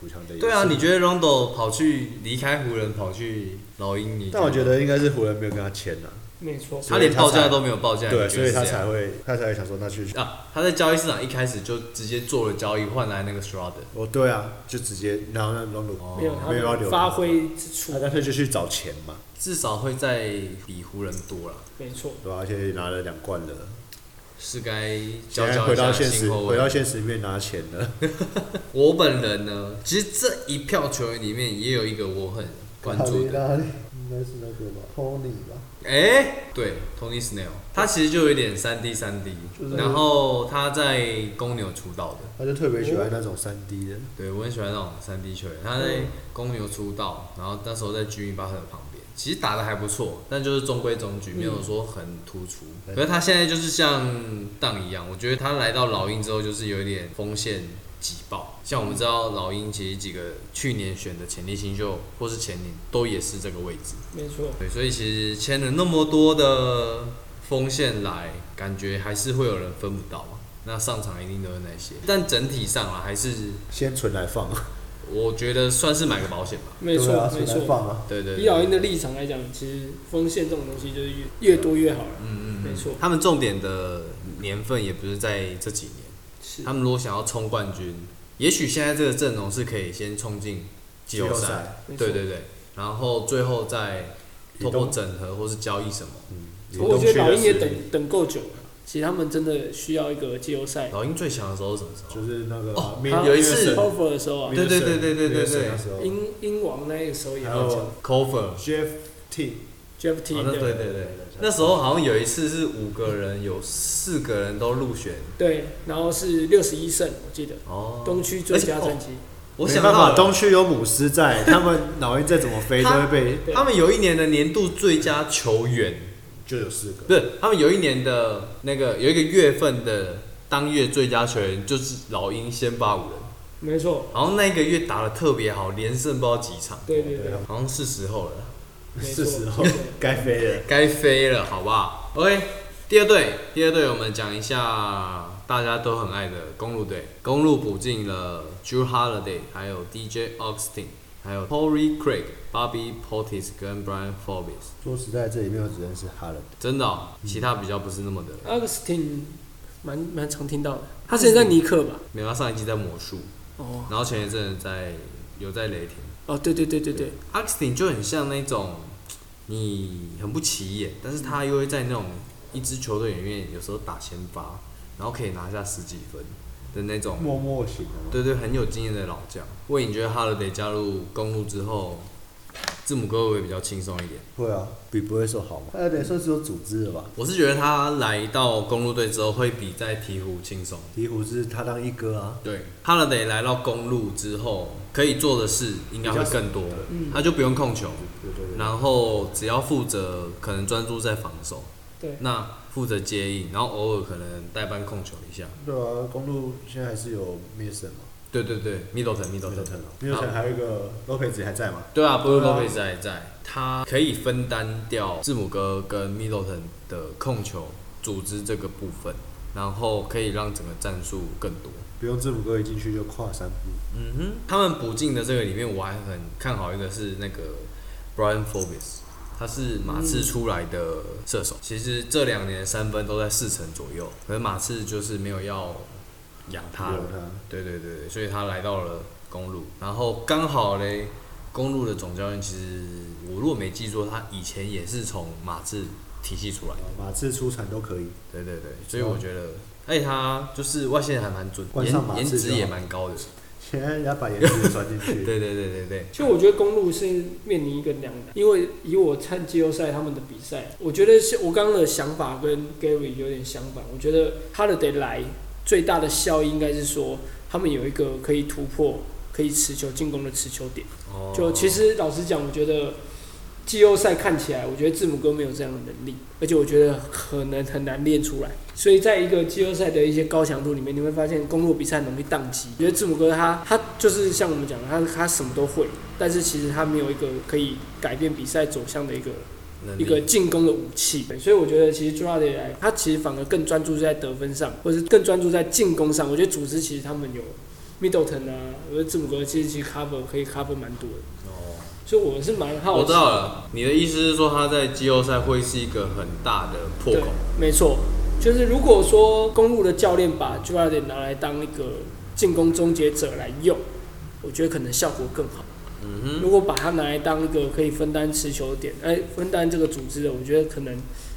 [SPEAKER 3] 补强的，
[SPEAKER 1] 对啊，你觉得 Rondo 跑去离开湖人跑去老鹰，你
[SPEAKER 3] 但我觉得应该是湖人没有跟他签了，
[SPEAKER 2] 没错，
[SPEAKER 1] 他连报价都没有报价，
[SPEAKER 3] 对，
[SPEAKER 1] 啊你觉
[SPEAKER 3] 所
[SPEAKER 1] 得
[SPEAKER 3] 以
[SPEAKER 1] 是
[SPEAKER 3] 他
[SPEAKER 1] 这样
[SPEAKER 3] 才会他才会想说那去，
[SPEAKER 1] 啊，他在交易市场一开始就直接做了交易，换来那个 Schroder，
[SPEAKER 3] 哦对啊，就直接然后让 Rondo
[SPEAKER 2] 没
[SPEAKER 1] 哦
[SPEAKER 2] 有他
[SPEAKER 3] 没有要
[SPEAKER 2] 的
[SPEAKER 3] 留
[SPEAKER 2] 发，挥之处
[SPEAKER 3] 他，干脆就去找钱嘛，
[SPEAKER 1] 至少会在比湖人多了，
[SPEAKER 2] 没错。
[SPEAKER 3] 对吧？而且拿了两冠了，
[SPEAKER 1] 是该
[SPEAKER 3] 现
[SPEAKER 1] 交
[SPEAKER 3] 在
[SPEAKER 1] 交
[SPEAKER 3] 回
[SPEAKER 1] 一
[SPEAKER 3] 到
[SPEAKER 1] 下
[SPEAKER 3] 现实，
[SPEAKER 1] 新后
[SPEAKER 3] 回
[SPEAKER 1] 卫
[SPEAKER 3] 到。现实里面拿钱了，
[SPEAKER 1] 我本人呢，其实这一票球员里面也有一个我很关注的。
[SPEAKER 4] 哪里？应该是那个吧，Tony 吧。
[SPEAKER 1] 哎、对，Tony Snell，他其实就有一点三 D 三 D，
[SPEAKER 4] 就是
[SPEAKER 1] 然后他在公牛出道的。
[SPEAKER 3] 他就特别喜欢那种三 D 的，
[SPEAKER 1] 对我很喜欢那种三 D 球员，他在公牛出道，然后那时候在 Jimmy Butler 旁边，其实打的还不错，但就是中规中矩，没有说很突出。可是他现在就是像当一样，我觉得他来到老鹰之后，就是有一点锋线挤爆。像我们知道老鹰其实几个去年选的潜力新秀或是前年都也是这个位置，
[SPEAKER 2] 没错，
[SPEAKER 1] 对，所以其实签了那么多的锋线来，感觉还是会有人分不到嘛。那上场一定都是那些，但整体上啊，还是
[SPEAKER 3] 先存来放，
[SPEAKER 1] 啊我觉得算是买个保险吧。
[SPEAKER 2] 没错
[SPEAKER 3] 对啊，，
[SPEAKER 2] 没
[SPEAKER 3] 存来
[SPEAKER 2] 错。
[SPEAKER 3] 放啊，
[SPEAKER 1] 对对
[SPEAKER 2] 以老鹰的立场来讲，其实锋线这种东西就是越越多越好了。
[SPEAKER 1] 嗯
[SPEAKER 2] 没错
[SPEAKER 1] 他们重点的年份也不是在这几年，
[SPEAKER 2] 是
[SPEAKER 1] 他们如果想要冲冠军，也许现在这个阵容是可以先冲进季后
[SPEAKER 3] 季后
[SPEAKER 1] 赛
[SPEAKER 3] 赛，
[SPEAKER 2] 没错
[SPEAKER 1] 对对对，然后最后再
[SPEAKER 3] 移
[SPEAKER 1] 透
[SPEAKER 3] 动
[SPEAKER 1] 过整合或是交易什么。
[SPEAKER 2] 我觉得老鹰也
[SPEAKER 3] 移动区的
[SPEAKER 2] 等等够久了，其实他们真的需要一个季后赛。
[SPEAKER 1] 老鹰最强的时候是什么时
[SPEAKER 3] 就
[SPEAKER 1] 候？
[SPEAKER 3] 是那个
[SPEAKER 1] 哦
[SPEAKER 3] 米
[SPEAKER 1] 有一次
[SPEAKER 2] c o f e r 的时候啊，
[SPEAKER 1] 对对对对对对对
[SPEAKER 3] 那时候
[SPEAKER 2] 英英王那个时候也
[SPEAKER 3] 还
[SPEAKER 2] 要
[SPEAKER 3] 有
[SPEAKER 2] 讲
[SPEAKER 1] Cover，哦
[SPEAKER 3] Jeff T，
[SPEAKER 2] Jeff T
[SPEAKER 1] 那对对
[SPEAKER 2] 的，
[SPEAKER 1] 对，那时候好像有一次是五个人，有四个人都入选
[SPEAKER 2] 对，然后是六十一胜，我记得
[SPEAKER 1] 哦。
[SPEAKER 2] 东区最佳战绩，
[SPEAKER 1] 我
[SPEAKER 3] 没
[SPEAKER 1] 想
[SPEAKER 3] 办
[SPEAKER 1] 到
[SPEAKER 3] 法，
[SPEAKER 1] 了
[SPEAKER 3] 东区有母狮在，他们老鹰再怎么飞都会被，
[SPEAKER 2] 对
[SPEAKER 1] 他们有一年的年度最佳球员，
[SPEAKER 3] 就有四个
[SPEAKER 1] 不是他们有一年的那个有一个月份的当月最佳球员就是老鹰先发五人，
[SPEAKER 2] 没错，
[SPEAKER 1] 然后那一个月打的特别好，连胜不知道几场，
[SPEAKER 2] 对对对
[SPEAKER 3] 对，
[SPEAKER 1] 好像是时候了，
[SPEAKER 2] 没错
[SPEAKER 3] 是时候该飞了。
[SPEAKER 1] 该飞了，好不好？OK，第二队，第二队我们讲一下大家都很爱的公路队，公路补进了 Drew Holiday，还有 DJ Austin，还有 Torrey Craig、Bobby Portis 跟 Brian Forbes，
[SPEAKER 3] 说实在，这里面我只认识哈伦，
[SPEAKER 1] 真的哦、其他比较不是那么的。
[SPEAKER 2] Augustine 蛮蛮常听到的，他之前在尼克吧？
[SPEAKER 1] 没有，他上一季在魔术，
[SPEAKER 2] 哦
[SPEAKER 1] 然后前一阵子在有在雷霆。
[SPEAKER 2] 哦，对对对对对，
[SPEAKER 1] Austin 就很像那种你很不起眼，但是他又会在那种一支球队里面有时候打先发，然后可以拿下十几分的那种，
[SPEAKER 3] 默默型的嘛，
[SPEAKER 1] 对对，很有经验的老将。魏，你觉得 Holiday 加入公路之后，字母哥会不会比较轻松一点？
[SPEAKER 3] 会啊，比不会说好嘛，他有呃点算是有组织了吧。
[SPEAKER 1] 我是觉得他来到公路队之后，会比在鹈鹕轻松。
[SPEAKER 3] 鹈鹕是他当一哥啊，
[SPEAKER 1] 对，Holiday 来到公路之后，可以做的事应该会更多，他就不用控球，
[SPEAKER 3] 对对对，
[SPEAKER 1] 然后只要负责可能专注在防守，
[SPEAKER 2] 对
[SPEAKER 1] 那负责接应，然后偶尔可能代班控球一下。
[SPEAKER 3] 对啊，公路现在还是有 Mason 嘛
[SPEAKER 1] 对对对，Middleton Middleton，
[SPEAKER 3] ，Mason，Mason 还有一个 Lopez 还在嘛，
[SPEAKER 1] 对啊，Blue
[SPEAKER 3] 对啊
[SPEAKER 1] Lopez 还在，他可以分担掉字母哥跟 Middleton 的控球组织这个部分，然后可以让整个战术更多。
[SPEAKER 3] 不用字母哥一进去就跨三步，
[SPEAKER 1] 嗯哼，他们补进的这个里面，我还很看好一个是那个 Brian Forbes，他是马刺出来的射手。其实这两年三分都在四成左右，可是马刺就是没有要养他了
[SPEAKER 3] 有。他
[SPEAKER 1] 对对对，对所以他来到了公路，然后刚好嘞，公路的总教练其实我如果没记错，他以前也是从马刺体系出来的。
[SPEAKER 3] 啊马刺出产都可以，
[SPEAKER 1] 对对对，所以我觉得，而且他就是外线还蛮准，
[SPEAKER 3] 关上
[SPEAKER 1] 颜
[SPEAKER 3] 马刺
[SPEAKER 1] 颜
[SPEAKER 3] 就
[SPEAKER 1] 值
[SPEAKER 3] 好
[SPEAKER 1] 也蛮高的。
[SPEAKER 3] 现在要把颜值传进去，
[SPEAKER 1] 对对对对对。
[SPEAKER 2] 其实我觉得公路是面临一个两难，因为以我看季后赛他们的比赛，我觉得是我刚刚的想法跟 Gary 有点相反。我觉得 Holiday 来最大的效益应该是说，他们有一个可以突破、可以持球进攻的持球点。
[SPEAKER 1] 哦
[SPEAKER 2] 就其实老实讲，我觉得季后赛看起来，我觉得字母哥没有这样的能力，而且我觉得可能很难练出来。所以在一个季后赛的一些高强度里面，你会发现公路比赛很容易宕机。我觉得字母哥他他就是像我们讲的，他他什么都会，但是其实他没有一个可以改变比赛走向的一个
[SPEAKER 1] 能力
[SPEAKER 2] 一个进攻的武器。对所以我觉得其实朱拉德来，他其实反而更专注在得分上，或是更专注在进攻上。我觉得组织其实他们有 Middleton 啊，我觉得字母哥其实其实 cover 可以 cover 蛮多的。
[SPEAKER 1] 哦，
[SPEAKER 2] 所以我是蛮好奇。
[SPEAKER 1] 我知道了，你的意思是说他在季后赛会是一个很大的破
[SPEAKER 2] 对
[SPEAKER 1] 口，，
[SPEAKER 2] 没错，就是如果说公路的教练把 j u r a d 拿来当一个进攻终结者来用，我觉得可能效果更好。
[SPEAKER 1] 嗯
[SPEAKER 2] 如果把它拿来当一个可以分担持球点，哎、分担这个组织的，我觉得可能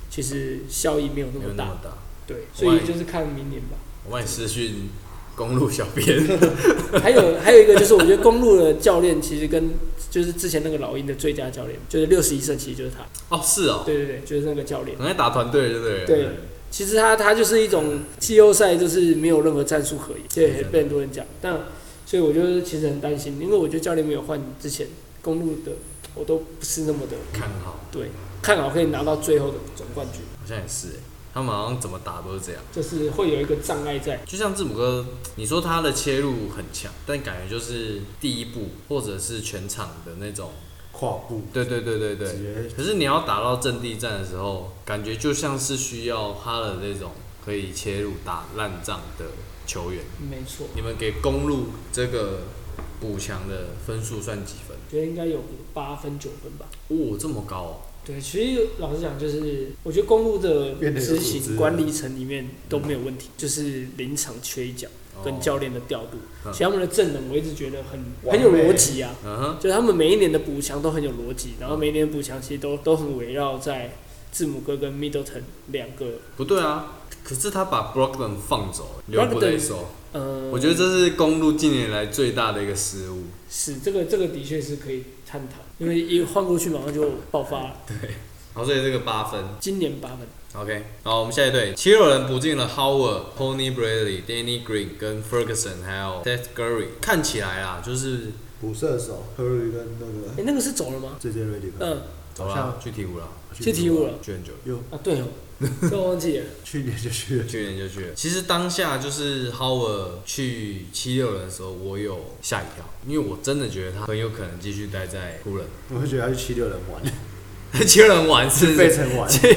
[SPEAKER 2] 其实效益没有
[SPEAKER 1] 哼，
[SPEAKER 2] 那
[SPEAKER 1] 没有
[SPEAKER 2] 么
[SPEAKER 1] 那
[SPEAKER 2] 大
[SPEAKER 1] 么。大。
[SPEAKER 2] 对，所以就是看明年吧。 [LAUGHS]
[SPEAKER 1] 我帮你私讯公路小编，
[SPEAKER 2] 还有还有一个就是，我觉得公路的教练其实跟就是之前那个老鹰的最佳教练，就是六十一胜，其实就是他。
[SPEAKER 1] 哦，是哦，
[SPEAKER 2] 对对对，就是那个教练。
[SPEAKER 1] 很爱打团队，对不对？
[SPEAKER 2] 对，其实他他就是一种季后赛，就是没有任何战术可言，这也被很多人讲。但所以我就其实很担心，因为我觉得教练没有换之前，公路的我都不是那么的
[SPEAKER 1] 看好，
[SPEAKER 2] 对，看好可以拿到最后的总冠军，
[SPEAKER 1] 好像也是哎，他们好像怎么打都是这样。
[SPEAKER 2] 就是会有一个障碍在。
[SPEAKER 1] 就像字母哥，你说他的切入很强，但感觉就是第一步或者是全场的那种，
[SPEAKER 3] 跨步
[SPEAKER 1] 对对对对对
[SPEAKER 3] 直。接
[SPEAKER 1] 可是你要打到阵地战的时候，感觉就像是需要哈的那种可以切入打烂仗的球员。
[SPEAKER 2] 没错，
[SPEAKER 1] 你们给公路这个补强的分数算几分？
[SPEAKER 2] 我觉得应该有八分九分吧。
[SPEAKER 1] 哦，这么高哦！
[SPEAKER 2] 对，其实老实讲，就是我觉得公路的
[SPEAKER 3] 变得有
[SPEAKER 2] 执
[SPEAKER 3] 组织
[SPEAKER 2] 行
[SPEAKER 3] 了
[SPEAKER 2] 管理层里面都没有问题，就是临场缺一脚跟教练的调度，
[SPEAKER 1] 嗯
[SPEAKER 2] 其实他们的阵容我一直觉得很
[SPEAKER 3] 完
[SPEAKER 2] 很
[SPEAKER 3] 美
[SPEAKER 2] 有逻辑啊，
[SPEAKER 1] 嗯哼，
[SPEAKER 2] 就是他们每一年的补强都很有逻辑，然后每一年的补强其实都都很围绕在字母哥跟 Middleton 两个，
[SPEAKER 1] 不对啊。可是他把 Brogdon 放走，留不得手。
[SPEAKER 2] 呃，
[SPEAKER 1] 我觉得这是公路近年来最大的一个失误。
[SPEAKER 2] 是这个这个的确是可以探讨，因为一换过去马上就爆发了，
[SPEAKER 1] 好，所以这个八分。
[SPEAKER 2] 今年八分，
[SPEAKER 1] OK，好，我们下一队，七六人补进了 Howard、Tony Bradley、Danny Green 跟 Ferguson，还有 Seth Curry。看起来啊，就是
[SPEAKER 3] 补射手 Curry 跟那个
[SPEAKER 2] 哎、那个是走了吗？
[SPEAKER 3] 这些 Ready 吧，
[SPEAKER 2] 嗯，
[SPEAKER 1] 走
[SPEAKER 3] 好
[SPEAKER 1] 了
[SPEAKER 3] 像
[SPEAKER 1] 去鹈鹕了，
[SPEAKER 2] 去鹈鹕了
[SPEAKER 1] 去很久了，
[SPEAKER 2] 啊，对哦，这我忘记了，
[SPEAKER 3] 去年就去了，
[SPEAKER 1] 去年就去了。其实当下就是 Howard 去七六人的时候，我有吓一跳，因为我真的觉得他很有可能继续待在湖人，
[SPEAKER 3] 我会觉得他去七六人
[SPEAKER 2] [LAUGHS]
[SPEAKER 3] 玩，
[SPEAKER 1] [LAUGHS] 七六人玩是不
[SPEAKER 3] 费
[SPEAKER 1] 是？[LAUGHS]
[SPEAKER 3] 城玩，
[SPEAKER 1] 去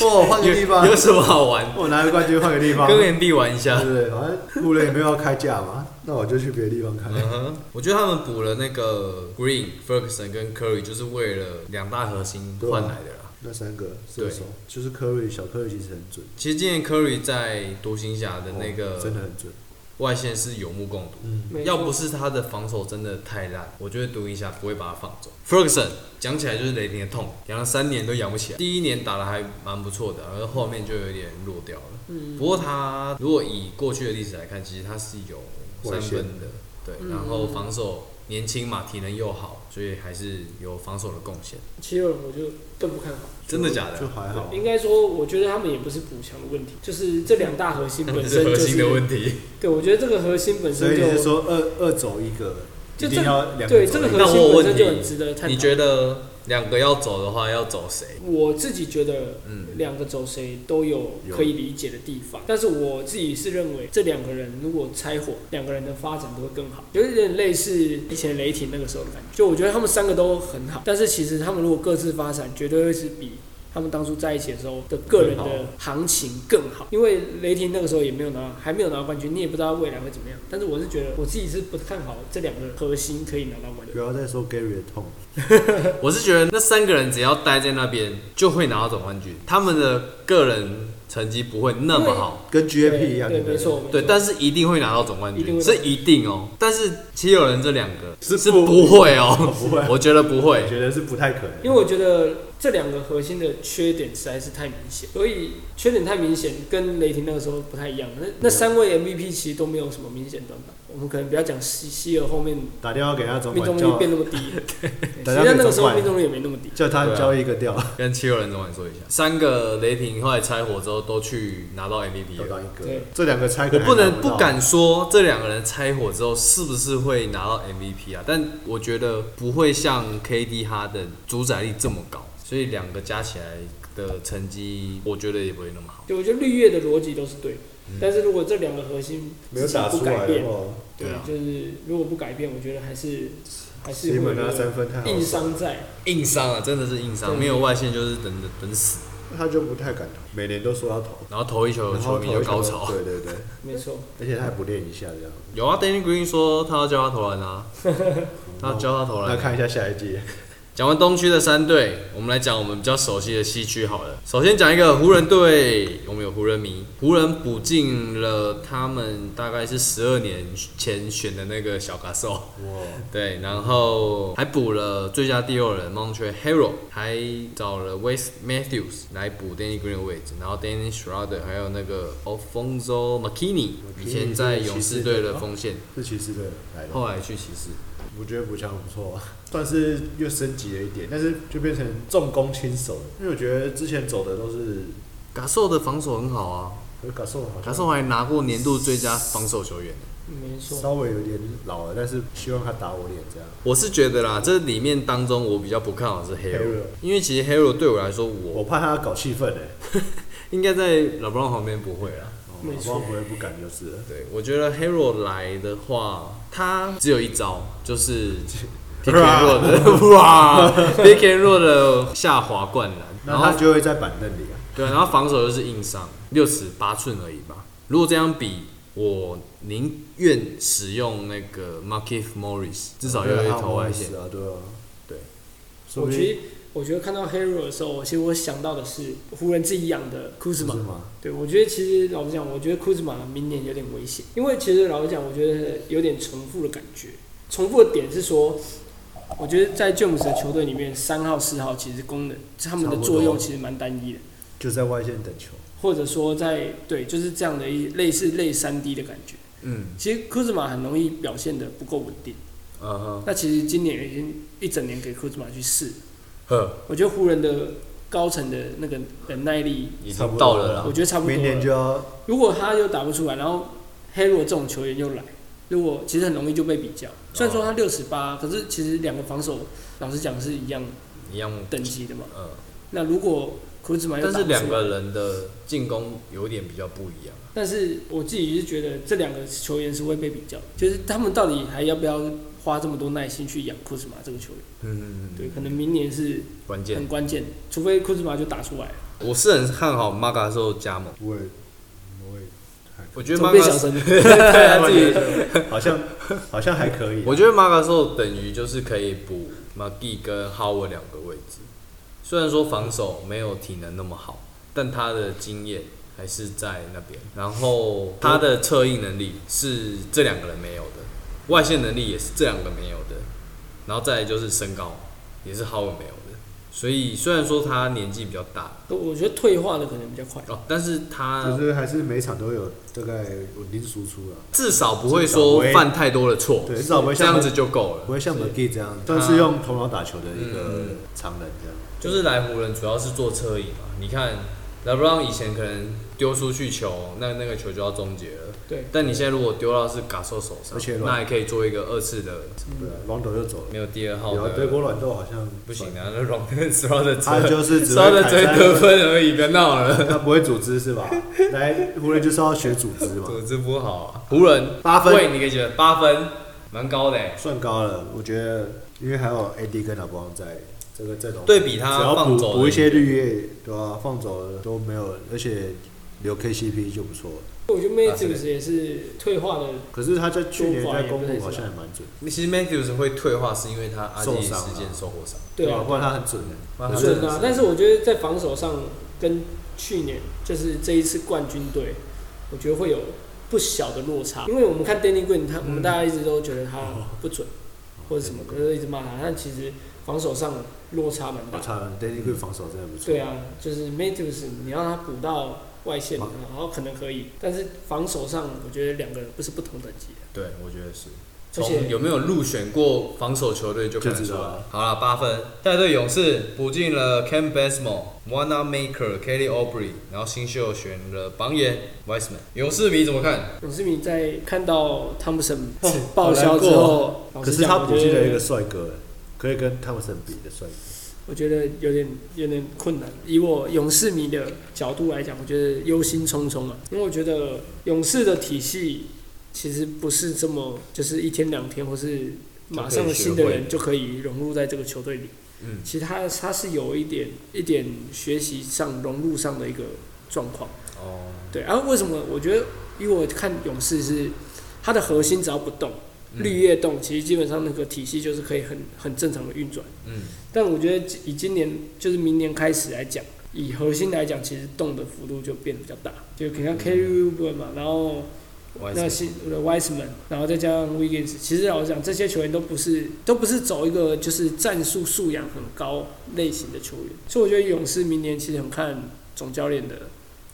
[SPEAKER 3] 哦，换个地方
[SPEAKER 1] 有，有什么好玩？
[SPEAKER 3] 我拿个冠军换个地方，
[SPEAKER 1] 跟
[SPEAKER 3] 对
[SPEAKER 1] NB 玩一下。
[SPEAKER 3] 不对？反正湖人也没有要开价嘛，那我就去别的地方开。
[SPEAKER 1] 嗯哼， [LAUGHS] 我觉得他们补了那个 Green、Ferguson 跟 Curry，就是为了两大核心
[SPEAKER 3] 对啊
[SPEAKER 1] 换来的啦。
[SPEAKER 3] 那三个射手就是 Curry，小 Curry 其实很准，
[SPEAKER 1] 其实今年 Curry 在独行侠的那
[SPEAKER 3] 哦真
[SPEAKER 1] 个
[SPEAKER 3] 的很准，
[SPEAKER 1] 外线是有目共睹，
[SPEAKER 3] 嗯，
[SPEAKER 2] 没错
[SPEAKER 1] 要不是他的防守真的太烂，我觉得独行侠不会把他放走。Ferguson 讲起来就是雷霆的痛，养了三年都养不起来，第一年打的还蛮不错的，然后后面就有点弱掉了。
[SPEAKER 2] 嗯
[SPEAKER 1] 不过他如果以过去的历史来看，其实他是有三分的，对，
[SPEAKER 2] 嗯
[SPEAKER 1] 然后防守年轻嘛，体能又好，所以还是有防守的贡献。
[SPEAKER 2] 七六人我就更不看好。
[SPEAKER 1] 真的假的
[SPEAKER 3] 就？还好，
[SPEAKER 2] 应该说，我觉得他们也不是补强的问题，就是这两大核心本
[SPEAKER 1] [LAUGHS]
[SPEAKER 2] 身
[SPEAKER 1] 是
[SPEAKER 2] 就
[SPEAKER 1] [LAUGHS] 核
[SPEAKER 2] 是。
[SPEAKER 1] 心的问
[SPEAKER 2] [LAUGHS]
[SPEAKER 1] 题。
[SPEAKER 2] 对，我觉得这个核心本
[SPEAKER 3] 所
[SPEAKER 2] 身
[SPEAKER 3] 以你
[SPEAKER 2] 就是
[SPEAKER 3] 说二二走一个，
[SPEAKER 2] 就
[SPEAKER 3] 一
[SPEAKER 2] 这
[SPEAKER 3] 定要两个
[SPEAKER 2] 对
[SPEAKER 3] 走
[SPEAKER 2] 这个
[SPEAKER 3] 一
[SPEAKER 2] 核
[SPEAKER 1] 那我
[SPEAKER 2] 心
[SPEAKER 1] 有
[SPEAKER 2] 本
[SPEAKER 1] 问
[SPEAKER 2] 身
[SPEAKER 1] 题
[SPEAKER 2] 就很值得探讨。
[SPEAKER 1] 你觉得两个要走的话，要走谁？
[SPEAKER 2] 我自己觉得
[SPEAKER 1] 嗯，
[SPEAKER 2] 两个走谁都有
[SPEAKER 3] 有
[SPEAKER 2] 可以理解的地方，但是我自己是认为这两个人如果拆伙，两个人的发展都会更好，有一点类似以前雷霆那个时候的感觉。就我觉得他们三个都很好，但是其实他们如果各自发展，绝对会是比。他们当初在一起的时候的个人的行情更好，因为雷霆那个时候也没有拿，还没有拿到冠军，你也不知道未来会怎么样。但是我是觉得我自己是不看好这两个核心可以拿到冠军
[SPEAKER 3] 不。要再说 Gary 的痛，
[SPEAKER 1] 我是觉得那三个人只要待在那边，就会拿到总冠军。他们的个人成绩不会那么好，
[SPEAKER 3] 跟 GAP 一样，
[SPEAKER 2] 对，
[SPEAKER 3] 不
[SPEAKER 2] 没错，
[SPEAKER 1] 对，
[SPEAKER 2] 没错
[SPEAKER 1] 但是一定会拿到总冠
[SPEAKER 2] 一定
[SPEAKER 1] 军，
[SPEAKER 2] 会
[SPEAKER 1] 是一定哦。但是七六人这两个
[SPEAKER 3] 是
[SPEAKER 1] 是
[SPEAKER 3] [LAUGHS] 不
[SPEAKER 1] 不会哦，
[SPEAKER 3] 不会
[SPEAKER 1] 我觉得不会
[SPEAKER 3] 我。觉得是不太可能。
[SPEAKER 2] 因为我觉得这两个核心的缺点实在是太明显，所以缺点太明显，跟雷霆那个时候不太一样。那那三位 MVP 其实都没有什么明显短板，我们可能不要讲希希尔后面
[SPEAKER 3] 打电话给他总
[SPEAKER 2] 命
[SPEAKER 3] 管
[SPEAKER 2] 中率
[SPEAKER 3] 叫
[SPEAKER 2] 变那
[SPEAKER 1] [LAUGHS]
[SPEAKER 2] 么低，对
[SPEAKER 3] 大家
[SPEAKER 2] 其实
[SPEAKER 3] 可以
[SPEAKER 2] 那个时
[SPEAKER 3] 转
[SPEAKER 2] 候
[SPEAKER 3] 换
[SPEAKER 2] 命中率也没那么低。
[SPEAKER 3] 叫他交易一个掉，
[SPEAKER 1] 跟七六人总管说一下，三个雷霆后来拆伙之后都去拿到 MVP
[SPEAKER 3] 找
[SPEAKER 1] 了。
[SPEAKER 3] 到一个
[SPEAKER 2] 对，
[SPEAKER 3] 这两个拆可
[SPEAKER 1] 我不
[SPEAKER 3] 还拿
[SPEAKER 1] 能
[SPEAKER 3] 到
[SPEAKER 1] 不，敢说这两个人拆伙之后是不是会拿到 MVP 啊，但我觉得不会像 KD 哈登主宰力这么高，所以两个加起来的成绩，我觉得也不会那么好。
[SPEAKER 2] 对，我觉得绿叶的逻辑都是对的，
[SPEAKER 1] 嗯
[SPEAKER 2] 但是如果这两个核心
[SPEAKER 3] 没有打
[SPEAKER 2] 不
[SPEAKER 3] 出
[SPEAKER 2] 改
[SPEAKER 3] 来
[SPEAKER 2] 变
[SPEAKER 3] 的，话，
[SPEAKER 1] 对啊
[SPEAKER 2] 就是如果不改变，我觉得还是还是
[SPEAKER 3] 西
[SPEAKER 2] 会有
[SPEAKER 3] 门那三分太好
[SPEAKER 2] 硬
[SPEAKER 3] 了，
[SPEAKER 2] 伤在。
[SPEAKER 1] 硬伤啊，真的是硬伤，
[SPEAKER 2] 对
[SPEAKER 1] 没有外线就是等等等死，
[SPEAKER 3] 他就不太敢投，每年都说要投，
[SPEAKER 1] 然后投一球
[SPEAKER 3] 然
[SPEAKER 1] 球
[SPEAKER 3] 后
[SPEAKER 1] 迷
[SPEAKER 3] 投
[SPEAKER 1] 就
[SPEAKER 3] 一
[SPEAKER 1] 高
[SPEAKER 3] 投
[SPEAKER 1] 潮。
[SPEAKER 3] 对对对，
[SPEAKER 2] 没错，
[SPEAKER 3] 而且他还不练一下
[SPEAKER 1] [LAUGHS]
[SPEAKER 3] 这样。
[SPEAKER 1] 有啊，Danny Green 说他要教他投篮啊，他要教他投
[SPEAKER 3] 那
[SPEAKER 1] 篮。
[SPEAKER 3] 看一下下一季，
[SPEAKER 1] 讲完东区的三队，我们来讲我们比较熟悉的西区好了。首先讲一个湖人队，我们有湖人迷，湖人补进了他们大概是十二年前选的那个小卡兽， [LAUGHS] 对，然后还补了最佳第六人 Montreal Hero，还找了 Wes Matthews 来补 Danny Green 的位置，然后 Danny Schroeder 还有那个 Alfonso McKinney，以前在勇士队的锋线，
[SPEAKER 3] 是骑士队来的，
[SPEAKER 1] 后来去骑士。
[SPEAKER 5] 我觉得补强不错，算是又升级了一点，但是就变成重攻轻守了，因为我觉得之前走的都是，
[SPEAKER 1] 卡兽的防守很好啊，
[SPEAKER 5] 可是感受好
[SPEAKER 1] 卡
[SPEAKER 5] 像
[SPEAKER 1] 兽还拿过年度最佳防守球员。
[SPEAKER 2] 没错，
[SPEAKER 3] 稍微有点老了，但是希望他打我脸这样。
[SPEAKER 1] 我是觉得啦，这里面当中我比较不看好是 Hero，
[SPEAKER 5] Hero
[SPEAKER 1] 因为其实 Hero 对我来说，我
[SPEAKER 3] 我怕他搞气氛哎，
[SPEAKER 1] 应该在老布朗旁边不会啦。
[SPEAKER 2] 没
[SPEAKER 3] 我
[SPEAKER 2] 错
[SPEAKER 3] 不会不敢就是了。
[SPEAKER 1] 对，我觉得 Hero 来的话，他只有一招，就是 Pick and Roll 的哇，Pick [LAUGHS] and Roll 的下滑灌篮，然
[SPEAKER 3] 那他
[SPEAKER 1] 后
[SPEAKER 3] 就会在板凳里啊。
[SPEAKER 1] 对，然后防守又是硬伤，六尺八寸而已吧。如果这样比，我宁愿使用那个 Markif Morris，至少又有一头外线
[SPEAKER 3] 对。啊，对啊，
[SPEAKER 1] 对，
[SPEAKER 3] 说
[SPEAKER 2] 我
[SPEAKER 3] 不
[SPEAKER 2] 觉
[SPEAKER 3] 定
[SPEAKER 2] 得我觉得看到 Hero 的时候，我其实我想到的是湖人自己养的
[SPEAKER 3] 是
[SPEAKER 2] Kuzma。
[SPEAKER 3] 吗？
[SPEAKER 2] 对，我觉得其实老实讲，我觉得库兹马明年有点危险，因为其实老实讲，我觉得有点重复的感觉。重复的点是说，我觉得在詹姆斯的球队里面，三号、四号其实功能他们的作用其实蛮单一的，
[SPEAKER 3] 就在外线等球，
[SPEAKER 2] 或者说在对，就是这样的一类似类三 D 的感觉。
[SPEAKER 1] 嗯，
[SPEAKER 2] 其实库兹马很容易表现的不够稳定，
[SPEAKER 1] 嗯哼，
[SPEAKER 2] 那其实今年已经一整年给库兹马去试，
[SPEAKER 1] 呵，
[SPEAKER 2] 我觉得湖人的高层的那个忍耐力，
[SPEAKER 1] 已
[SPEAKER 3] 差不
[SPEAKER 1] 经
[SPEAKER 3] 多
[SPEAKER 1] 到了啦
[SPEAKER 2] 我。觉得差不多了。
[SPEAKER 3] 啊明年就要
[SPEAKER 2] 如果他又打不出来，然后黑罗这种球员又来，如果其实很容易就被比较。虽然说
[SPEAKER 3] 哦
[SPEAKER 2] 他六十八，可是其实两个防守，老实讲是一样
[SPEAKER 1] 一样，
[SPEAKER 2] 等级的嘛。
[SPEAKER 1] 嗯，
[SPEAKER 2] 那如果库兹马又
[SPEAKER 1] 但
[SPEAKER 2] 打
[SPEAKER 1] 是
[SPEAKER 2] 不出来
[SPEAKER 1] 两个，人的进攻有点比较不一样。啊
[SPEAKER 2] 但是我自己是觉得这两个球员是会被比较，就是他们到底还要不要花这么多耐心去养库兹马这个球员？
[SPEAKER 1] 嗯，
[SPEAKER 2] 对，可能明年是
[SPEAKER 1] 关
[SPEAKER 2] 很
[SPEAKER 1] 键。
[SPEAKER 2] 关键，除非库兹马就打出来了。
[SPEAKER 1] 我是很看好马嘎兽加盟，
[SPEAKER 3] 我也我也
[SPEAKER 1] [LAUGHS] 我觉得
[SPEAKER 2] 怎
[SPEAKER 1] 马
[SPEAKER 2] 么变
[SPEAKER 1] 嘎
[SPEAKER 2] 小声？
[SPEAKER 1] [LAUGHS]
[SPEAKER 2] [LAUGHS]
[SPEAKER 1] 对他自己，
[SPEAKER 3] 好像好像还可以啊、
[SPEAKER 1] 我觉得马嘎兽等于就是可以补马蒂跟 Howard 两个位置。虽然说防守没有体能那么好，但他的经验还是在那边。然后他的策应能力是这两个人没有的，外线能力也是这两个没有的。然后再来就是身高，也是 Howard 没有的。所以虽然说他年纪比较大，
[SPEAKER 2] 我觉得退化的可能比较快。
[SPEAKER 1] 哦，但是他
[SPEAKER 3] 就是还是每场都有大概稳定输出了，
[SPEAKER 1] 至少不会说犯太多的错，
[SPEAKER 3] 对，至少不会
[SPEAKER 1] 这
[SPEAKER 3] 像
[SPEAKER 1] 样子就够
[SPEAKER 3] 不
[SPEAKER 1] 了。
[SPEAKER 3] 会像 McGee 这样，但是用头脑打球的一个常人这样。
[SPEAKER 1] 就是来湖人主要是做侧翼嘛，你看 LeBron 以前可能丢出去球，那那个球就要终结了。
[SPEAKER 2] 对，
[SPEAKER 1] 但你现在如果丢到是嘎兽手上
[SPEAKER 3] 而且，
[SPEAKER 1] 那还可以做一个二次的，
[SPEAKER 3] 对啊，朗斗又走了，
[SPEAKER 1] 没有第二号
[SPEAKER 3] 有啊，德
[SPEAKER 1] 的
[SPEAKER 3] 国软豆好像
[SPEAKER 1] 不行啊，那 Ron [LAUGHS] 跟 s t r o 的只
[SPEAKER 3] 他就是只会
[SPEAKER 1] 的只会
[SPEAKER 3] 砍三
[SPEAKER 1] 得
[SPEAKER 3] 分
[SPEAKER 1] 分而已，别闹了，
[SPEAKER 3] [LAUGHS] 他不会组织是吧？来湖人就是要学组织嘛，
[SPEAKER 1] 组织不好啊。湖人
[SPEAKER 3] 八分
[SPEAKER 1] 喂，你可以觉得八分蛮高的欸，
[SPEAKER 3] 算高了，我觉得，因为还有 AD 跟老布朗在这个阵容，
[SPEAKER 1] 对比他
[SPEAKER 3] 只要
[SPEAKER 1] 放
[SPEAKER 3] 补
[SPEAKER 1] 走的
[SPEAKER 3] 补一些绿叶，对吧、放走了都没有，而且留 KCP 就不错了。
[SPEAKER 2] 我觉得 Matthews 也啊是退化的
[SPEAKER 3] 可是他在去年
[SPEAKER 2] 中华
[SPEAKER 3] 在
[SPEAKER 2] 也不
[SPEAKER 3] 公
[SPEAKER 2] 太
[SPEAKER 3] 路
[SPEAKER 2] 行
[SPEAKER 3] 好像也蛮准，
[SPEAKER 1] 其实 Matthews 会退化是因为他阿基里
[SPEAKER 3] 受伤
[SPEAKER 1] 斯
[SPEAKER 3] 了
[SPEAKER 1] 腱受过伤。
[SPEAKER 2] 对
[SPEAKER 3] 吧
[SPEAKER 2] 啊，
[SPEAKER 3] 不然他很准的。
[SPEAKER 1] 不然
[SPEAKER 3] 可
[SPEAKER 1] 他
[SPEAKER 3] 是
[SPEAKER 2] 真的啊、但是我觉得在防守上跟去年就是这一次冠军队，我觉得会有不小的落差，因为我们看 Danny Green，他、我们大家一直都觉得他不准、或者什么，可是一直骂他，但其实防守上落差蛮
[SPEAKER 3] 我
[SPEAKER 2] 大。
[SPEAKER 3] 操，Danny Green 防守真的不错。
[SPEAKER 2] 对，啊，就是 Matthews，你让他补到外线，然后可能可以，但是防守上我觉得两个不是不同等级的。
[SPEAKER 1] 对，我觉得是。
[SPEAKER 2] 而且啊
[SPEAKER 1] 从有没有入选过防守球队就看得
[SPEAKER 3] 就知
[SPEAKER 1] 出
[SPEAKER 3] 道
[SPEAKER 1] 来
[SPEAKER 3] 了。
[SPEAKER 1] 好了，八分。带队勇士补进了 Cam Basmo、Wana Maker、Kelly O'Brien，然后新秀选了榜眼 Wiseman。勇士迷怎么看？
[SPEAKER 2] 勇士迷在看到
[SPEAKER 3] [LAUGHS]
[SPEAKER 2] 汤普森
[SPEAKER 1] 哦
[SPEAKER 2] 报销之后，老
[SPEAKER 3] 可
[SPEAKER 2] 实
[SPEAKER 3] 是他
[SPEAKER 2] 讲，
[SPEAKER 3] 补
[SPEAKER 2] 我觉
[SPEAKER 3] 进了一
[SPEAKER 2] 得
[SPEAKER 3] 个帅哥，可以跟汤普森比的帅哥。
[SPEAKER 2] 我觉得有点有点困难。以我勇士迷的角度来讲，我觉得忧心忡忡啊，因为我觉得勇士的体系其实不是这么就是一天两天或是马上的新的人就可以融入在这个球队里。
[SPEAKER 1] 嗯，
[SPEAKER 2] 其实他他是有一点一点学习上融入上的一个状况。啊
[SPEAKER 1] 哦，
[SPEAKER 2] 对，然、后为什么我觉得，因为我看勇士是他的核心只要不动，
[SPEAKER 1] 嗯
[SPEAKER 2] 绿叶洞其实基本上那个体系就是可以很很正常的运转。
[SPEAKER 1] 嗯，
[SPEAKER 2] 但我觉得以今年就是明年开始来讲，以核心来讲，其实动的幅度就变得比较大，就可
[SPEAKER 1] 嗯
[SPEAKER 2] 能像 Kerry u b e r 嘛，然后那新呃 Wiseman，然后再加上 Wiggins，其实老实讲，这些球员都不是都不是走一个就是战术素养很高类型的球员，所以我觉得勇士明年其实很看总教练的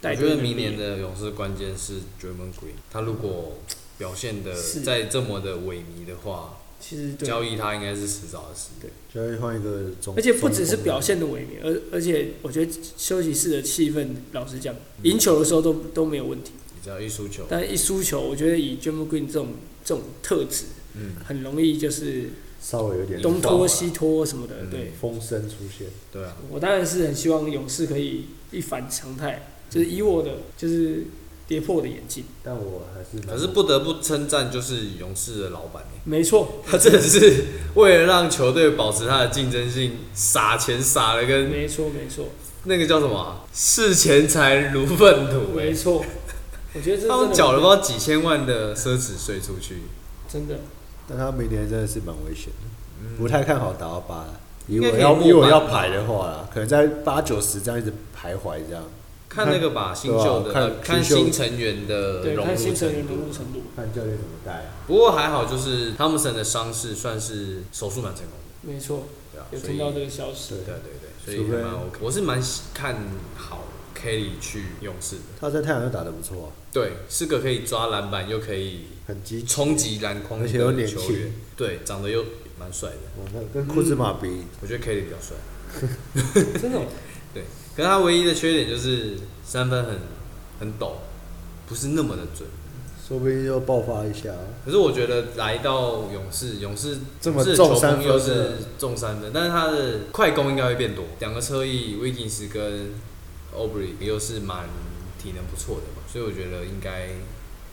[SPEAKER 2] 带
[SPEAKER 1] 我
[SPEAKER 2] 队
[SPEAKER 1] 觉
[SPEAKER 2] 能
[SPEAKER 1] 得
[SPEAKER 2] 力。
[SPEAKER 1] 明年的勇士关键是 d r a m o n Green，他如果表现的
[SPEAKER 2] 是
[SPEAKER 1] 再这么的萎靡的话，
[SPEAKER 2] 其实对，
[SPEAKER 1] 交易他应该是迟早的事。
[SPEAKER 2] 对
[SPEAKER 3] 就会换一个中，
[SPEAKER 2] 而且不只是
[SPEAKER 3] 中锋
[SPEAKER 2] 表现的萎靡，而而且我觉得休息室的气氛，老实讲，赢球的时候都都没有问题，
[SPEAKER 1] 你只要一输球，
[SPEAKER 2] 但一输球，我觉得以 j a m Green 这种这种特质，
[SPEAKER 1] 嗯，
[SPEAKER 2] 很容易就是
[SPEAKER 3] 稍微有点
[SPEAKER 2] 东拖西拖什么的。
[SPEAKER 1] 嗯
[SPEAKER 2] 对
[SPEAKER 3] 风声出现，
[SPEAKER 1] 对啊，
[SPEAKER 2] 我当然是很希望勇士可以一反常态，就是以我的就是跌破我的眼镜，
[SPEAKER 3] 但我还是蛮
[SPEAKER 1] 可是不得不称赞就是勇士的老板、欸
[SPEAKER 2] 没错，
[SPEAKER 1] [LAUGHS] 他真的是为了让球队保持他的竞争性，撒钱撒的跟
[SPEAKER 2] 没错，没错，
[SPEAKER 1] 那个叫什么啊、视钱财如粪土、
[SPEAKER 2] 没
[SPEAKER 1] 欸，
[SPEAKER 2] 错。我觉得这
[SPEAKER 1] 他们
[SPEAKER 2] 嗯真的
[SPEAKER 1] 缴了不知道几千万的奢侈税出去，
[SPEAKER 2] 真的
[SPEAKER 3] 但他明年真的是蛮危险
[SPEAKER 2] 嗯
[SPEAKER 3] 的，不太看好打到八啦。以
[SPEAKER 1] 应该
[SPEAKER 3] 我
[SPEAKER 1] 可以
[SPEAKER 3] 要
[SPEAKER 1] 末
[SPEAKER 3] 以我
[SPEAKER 1] 班
[SPEAKER 3] 要
[SPEAKER 1] 吧
[SPEAKER 3] 排的话啦，可能在八九十这样一直徘徊这样，
[SPEAKER 1] 看那个吧，新秀的，
[SPEAKER 3] 啊看
[SPEAKER 1] 呃看
[SPEAKER 3] 新秀
[SPEAKER 1] 新成员的
[SPEAKER 2] 对，
[SPEAKER 1] 融
[SPEAKER 2] 看
[SPEAKER 1] 入
[SPEAKER 2] 新成员
[SPEAKER 1] 程
[SPEAKER 2] 融入
[SPEAKER 1] 度。
[SPEAKER 2] 程度，
[SPEAKER 3] 看教练怎么带。
[SPEAKER 2] 啊
[SPEAKER 1] 不过还好，就是汤姆森的伤势算是手术蛮成功的，
[SPEAKER 2] 没错，
[SPEAKER 1] 对啊，
[SPEAKER 2] 有
[SPEAKER 1] 所以
[SPEAKER 2] 听到这个消息。
[SPEAKER 3] 对
[SPEAKER 1] 对啊对对，所
[SPEAKER 3] 除
[SPEAKER 1] 以
[SPEAKER 3] 非
[SPEAKER 1] 还蛮 OK。我是蛮看好 Kelly 去勇士的，
[SPEAKER 3] 他在太阳又打得不错啊、
[SPEAKER 1] 对，是个可以抓篮板又可以
[SPEAKER 3] 很积
[SPEAKER 2] 嗯
[SPEAKER 3] 极。
[SPEAKER 1] 冲击篮筐
[SPEAKER 3] 而且又
[SPEAKER 1] 的
[SPEAKER 3] 年
[SPEAKER 1] 球
[SPEAKER 3] 轻
[SPEAKER 1] 员，对，长得又蛮帅的。
[SPEAKER 3] 我看跟库兹马比，
[SPEAKER 2] 嗯
[SPEAKER 1] 我觉得 Kelly 比较帅，
[SPEAKER 2] 真的哦，
[SPEAKER 1] 对。可是他唯一的缺点就是三分很很陡，不是那么的准。
[SPEAKER 3] [LAUGHS] 说不定又爆发一下啊。
[SPEAKER 1] 可是我觉得来到勇士，勇士
[SPEAKER 3] 这么
[SPEAKER 1] 勇士的
[SPEAKER 3] 重
[SPEAKER 1] 球风
[SPEAKER 3] 三分
[SPEAKER 1] 又
[SPEAKER 3] 的
[SPEAKER 1] 是重三分，但是他的快攻应该会变多。两个车翼 w i g g i n s 跟 Aubrey 又是蛮体能不错的嘛，所以我觉得应该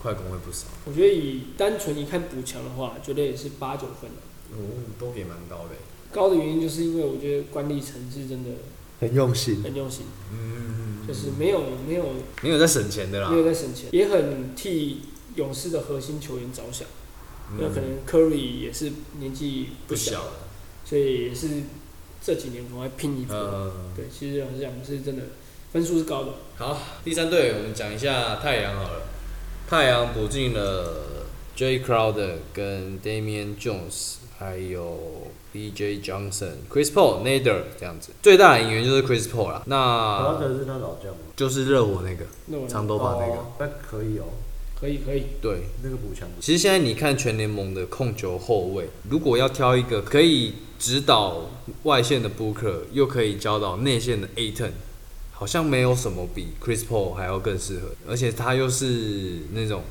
[SPEAKER 1] 快攻会不少。
[SPEAKER 2] 我觉得以单纯一看补强的话，绝对也是八九分。
[SPEAKER 1] 嗯，都给蛮高的。
[SPEAKER 2] 高的原因就是因为我觉得管理层是真的
[SPEAKER 3] 很用心，
[SPEAKER 2] 很用心，
[SPEAKER 1] 嗯，
[SPEAKER 2] 就是没有没有
[SPEAKER 1] 没有在省钱的啦
[SPEAKER 2] 没。有在省钱，也很替勇士的核心球员着想。那可
[SPEAKER 1] 嗯
[SPEAKER 2] 能 Curry 也是年纪
[SPEAKER 1] 不
[SPEAKER 2] 不
[SPEAKER 1] 小
[SPEAKER 2] 小，
[SPEAKER 1] 了。
[SPEAKER 2] 所以也是这几年赶快拼一波。
[SPEAKER 1] 呃，
[SPEAKER 2] 对，其实老实讲是真的分数是高的，
[SPEAKER 1] 好，第三队我们讲一下太阳好了。太阳补进了 J Crowder 跟 Damian Jones，还有 B.J. Johnson、Chris Paul、Nader 这样子。最大的引援就是 Chris Paul 啦，
[SPEAKER 3] 他
[SPEAKER 1] 那
[SPEAKER 3] 可能是他老将嘛，
[SPEAKER 1] 就是热火那个
[SPEAKER 2] 那我
[SPEAKER 1] 长头发那个。
[SPEAKER 3] 哦那可以哦，
[SPEAKER 2] 可以可以，
[SPEAKER 1] 对，
[SPEAKER 3] 那个补强不错。
[SPEAKER 1] 其实现在你看全联盟的控球后卫，如果要挑一个可以指导外线的 Booker，又可以教导内线的 Aton，好像没有什么比 Chris Paul 还要更适合。而且他又是那种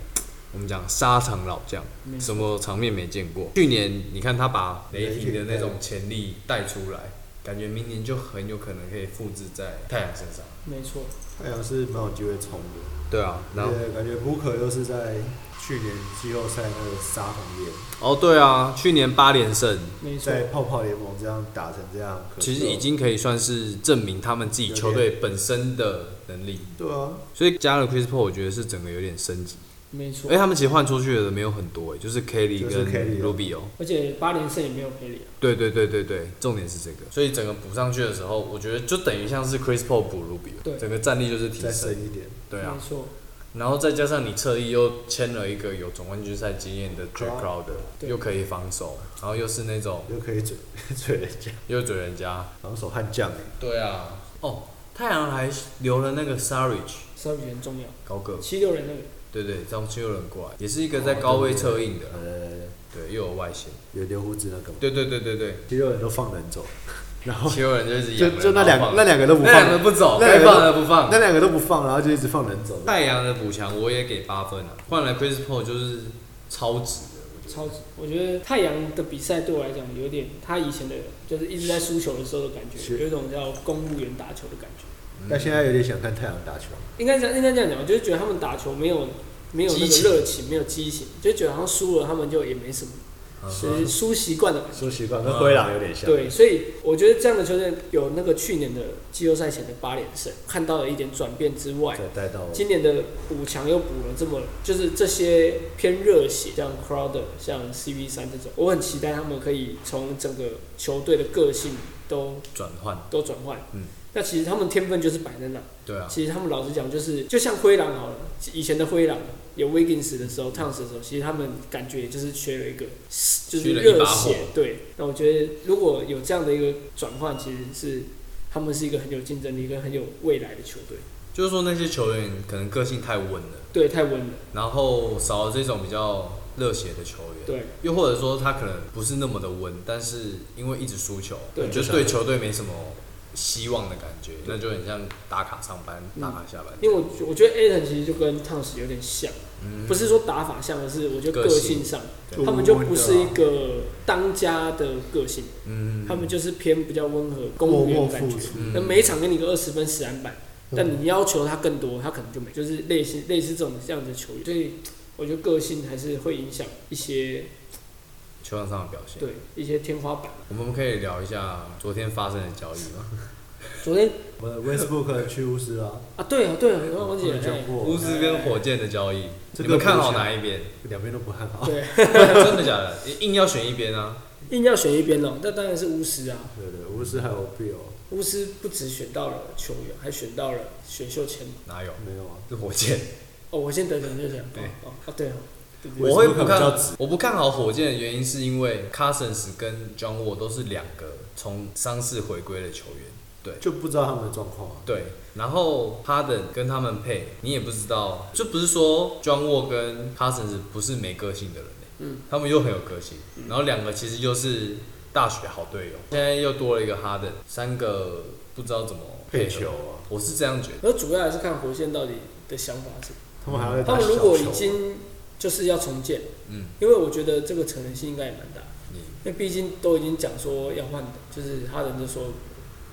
[SPEAKER 1] 我们讲沙场老将，
[SPEAKER 2] 没错
[SPEAKER 1] 什么场面没见过。去年你看他把雷霆的那种潜力带出来，感觉明年就很有可能可以复制在太阳身上。
[SPEAKER 2] 没错，
[SPEAKER 3] 太阳哎是蛮有机会冲的，
[SPEAKER 1] 对啊，然
[SPEAKER 3] 而
[SPEAKER 1] 后
[SPEAKER 3] 且感觉 Booker 又是在去年季后赛那个杀红眼，
[SPEAKER 1] 哦对啊，去年八连胜，
[SPEAKER 2] 没错，
[SPEAKER 3] 在泡泡联盟这样打成这样，可
[SPEAKER 1] 其实
[SPEAKER 3] 是
[SPEAKER 1] 已经可以算是证明他们自己球队本身的能力，
[SPEAKER 3] 对啊，
[SPEAKER 1] 所以加了 Chris Paul，我觉得是整个有点升级。
[SPEAKER 2] 没错
[SPEAKER 1] 哎、。他们其实换出去的没有很多、哎，就是 Kelly
[SPEAKER 3] 就是
[SPEAKER 1] 跟
[SPEAKER 3] Kelly 啊
[SPEAKER 1] Rubio。
[SPEAKER 2] 而且八连胜也没有赔礼啊，
[SPEAKER 1] 对对对对对，重点是这个。所以整个补上去的时候，我觉得就等于像是 Chris Paul 补 Rubio，
[SPEAKER 2] 对
[SPEAKER 1] 整个战力就是提
[SPEAKER 3] 再
[SPEAKER 1] 升。
[SPEAKER 3] 深一点。
[SPEAKER 1] 对啊
[SPEAKER 2] 没，错，
[SPEAKER 1] 然后再加上你侧翼又签了一个有总冠军赛经验的 Jack Crowder，
[SPEAKER 2] 对
[SPEAKER 1] 又可以防守，然后又是那种
[SPEAKER 3] 又可以嘴 [LAUGHS] 嘴人家，
[SPEAKER 1] 又嘴人家。
[SPEAKER 3] 防守悍将哎，
[SPEAKER 1] 对啊，哦，太阳还留了那个 Sarich
[SPEAKER 2] 稍微很重要，
[SPEAKER 1] 高个。
[SPEAKER 2] 七六人那个
[SPEAKER 1] 对对，从七六人过来，也是一个在高位策应的，
[SPEAKER 3] 呃，
[SPEAKER 1] 对，又有外线。
[SPEAKER 3] 有留胡子那个嘛，
[SPEAKER 1] 对对对对对，
[SPEAKER 3] 其实有人都放人走，然 [LAUGHS] 后
[SPEAKER 1] 七六人就一直
[SPEAKER 3] 就
[SPEAKER 1] 养人
[SPEAKER 3] 就那两
[SPEAKER 1] 然后放
[SPEAKER 3] 那两个都不
[SPEAKER 1] 那两个
[SPEAKER 3] 放，
[SPEAKER 1] 不走，
[SPEAKER 3] 那两
[SPEAKER 1] 该
[SPEAKER 3] 个
[SPEAKER 1] 放
[SPEAKER 3] 都
[SPEAKER 1] 的不放
[SPEAKER 3] 那。两个都不放，然后就一直放人走。
[SPEAKER 1] 太阳的补强我也给八分啊，换来 Chris Paul 就是超值的，
[SPEAKER 2] 超级，我觉得太阳的比赛对我来讲有点，他以前的就是一直在输球的时候的感觉，
[SPEAKER 3] 是
[SPEAKER 2] 有一种叫公务员打球的感觉。
[SPEAKER 3] 但现在有点想看太阳打球，
[SPEAKER 2] 应该这样，应该这样讲，我就是觉得他们打球没有没有那
[SPEAKER 1] 激情
[SPEAKER 2] 个热情，没有激情，就觉得好像输了他们就也没什么，是输习惯了嘛。
[SPEAKER 3] 说习惯跟灰狼有点像。
[SPEAKER 2] 对，所以我觉得这样的球队有那个去年的季后赛前的八连胜，看到了一点转变之外，
[SPEAKER 3] 再带到
[SPEAKER 2] 今年的补强又补了这么，就是这些偏热血，像 Crowder、像 CB 三这种，我很期待他们可以从整个球队的个性都
[SPEAKER 1] 转换，
[SPEAKER 2] 都转换。
[SPEAKER 1] 嗯，
[SPEAKER 2] 那其实他们天分就是摆在那。
[SPEAKER 1] 对啊，
[SPEAKER 2] 其实他们老实讲，就是就像灰狼好了，以前的灰狼有 Wiggins 的时候、Towns 的时候，其实他们感觉也就是缺了一个，就是
[SPEAKER 1] 缺了一
[SPEAKER 2] 热
[SPEAKER 1] 把
[SPEAKER 2] 血
[SPEAKER 1] 火。
[SPEAKER 2] 对，那我觉得如果有这样的一个转换，其实是他们是一个很有竞争力、跟很有未来的球队。
[SPEAKER 1] 就是说那些球员可能个性太稳了，
[SPEAKER 2] 对，太温了。
[SPEAKER 1] 然后少了这种比较热血的球员，
[SPEAKER 2] 对，
[SPEAKER 1] 又或者说他可能不是那么的稳，但是因为一直输球，
[SPEAKER 2] 对
[SPEAKER 1] 你就对球队没什么希望的感觉，那就很像打卡上班、
[SPEAKER 2] 嗯
[SPEAKER 1] 打卡下班。
[SPEAKER 2] 因为我觉我觉得 Aton 其实就跟 Towns 有点像，不是说打法像，而是我觉得个
[SPEAKER 1] 嗯个性
[SPEAKER 2] 性上，
[SPEAKER 1] 对
[SPEAKER 2] 他们就不是一
[SPEAKER 3] 啊
[SPEAKER 2] 个当家的个性，
[SPEAKER 1] 嗯，
[SPEAKER 2] 他们就是偏比较温和、公务员的感觉
[SPEAKER 3] 默默付出。嗯
[SPEAKER 2] 那每一场给你个二十分、十篮板，但你要求他更多，他可能就没，就是类似类似这种这样的球员。所以我觉得个性还是会影响一些
[SPEAKER 1] 球场上的表现。
[SPEAKER 2] 对一些天花板。
[SPEAKER 1] 我们可以聊一下昨天发生的交易吗？
[SPEAKER 2] 昨天
[SPEAKER 3] 我们 Westbrook 去巫师啊，
[SPEAKER 2] 啊，对啊，对啊，我忘记了
[SPEAKER 3] 就，
[SPEAKER 2] 哎
[SPEAKER 1] 巫
[SPEAKER 3] 过
[SPEAKER 1] 师跟火箭的交易，
[SPEAKER 3] 这
[SPEAKER 1] 你
[SPEAKER 3] 个
[SPEAKER 1] 们看
[SPEAKER 3] 不
[SPEAKER 1] 好
[SPEAKER 3] 想
[SPEAKER 1] 哪一边？
[SPEAKER 3] 两边都不看好。
[SPEAKER 2] 对， [LAUGHS]
[SPEAKER 1] [LAUGHS] 真的假的？硬要选一边啊？
[SPEAKER 2] 硬要选一边哦，那当然是巫师啊。
[SPEAKER 3] 对对，巫师还有 Bill
[SPEAKER 2] 巫师不只选到了球员，还选到了选秀签嘛。
[SPEAKER 1] 哪有？
[SPEAKER 3] 没有啊？
[SPEAKER 1] 是火箭。
[SPEAKER 2] 哦，我先等等就想，
[SPEAKER 1] 对
[SPEAKER 2] 哦哦啊对哦，对不对
[SPEAKER 1] 我会不
[SPEAKER 3] 比
[SPEAKER 1] 看
[SPEAKER 3] 较
[SPEAKER 1] 好，我不看好火箭的原因是因为 Cousins 跟 John Wall 都是两个从伤势回归的球员，对
[SPEAKER 3] 就不知道他们的状况啊。
[SPEAKER 1] 对。然后 Harden 跟他们配，你也不知道，就不是说 John Wall 跟 Cousins 不是没个性的人、欸，
[SPEAKER 2] 嗯，
[SPEAKER 1] 他们又很有个性，然后两个其实又是大学好队友，现在又多了一个 Harden，三个不知道怎么
[SPEAKER 3] 配
[SPEAKER 1] 合
[SPEAKER 3] 球啊，
[SPEAKER 1] 我是这样觉得。
[SPEAKER 2] 而主要还是看火箭到底的想法是什么。
[SPEAKER 3] 他们还要再
[SPEAKER 2] 他
[SPEAKER 3] 打
[SPEAKER 2] 们
[SPEAKER 3] 小球啊。
[SPEAKER 2] 如果已经就是要重建，
[SPEAKER 1] 嗯，
[SPEAKER 2] 因为我觉得这个可能性应该也蛮大，
[SPEAKER 1] 你
[SPEAKER 2] 因为毕竟都已经讲说要换的，就是哈登就说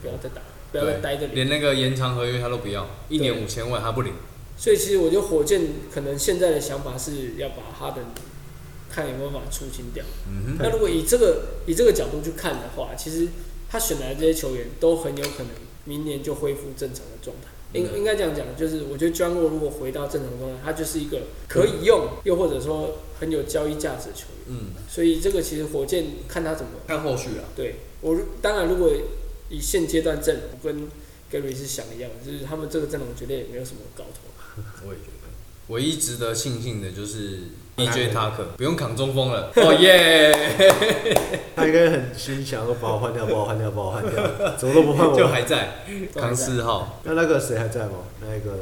[SPEAKER 2] 不要再打，不要再
[SPEAKER 1] 对，
[SPEAKER 2] 待这里，
[SPEAKER 1] 连那个延长合约他都不要，一年五千万他不领。
[SPEAKER 2] 所以其实我觉得火箭可能现在的想法是要把哈登看有没有办法出清掉。
[SPEAKER 1] 嗯哼，
[SPEAKER 2] 那如果以这个以这个角度去看的话，其实他选来的这些球员都很有可能明年就恢复正常的状态。应
[SPEAKER 1] 嗯
[SPEAKER 2] 应该这样讲，就是我觉得 j o h 如果回到正常状态，他就是一个可以用，又或者说很有交易价值的球员。
[SPEAKER 1] 嗯，
[SPEAKER 2] 所以这个其实火箭看他怎么
[SPEAKER 1] 看后续啊。
[SPEAKER 2] 对我如当然，如果以现阶段阵容我跟 Gary 是想一样，就是他们这个阵容绝对也没有什么搞头。
[SPEAKER 1] 我也觉得，唯一值得庆幸的就是 DJ 塔克不用扛中锋了，哦 [LAUGHS] 耶，
[SPEAKER 3] 他应该很心想说把我换掉，把我换掉，把我换 [LAUGHS] 掉，怎么都不换
[SPEAKER 1] 就
[SPEAKER 3] 我。啊
[SPEAKER 1] 还在扛四号，
[SPEAKER 3] 那那个谁还在吗？那个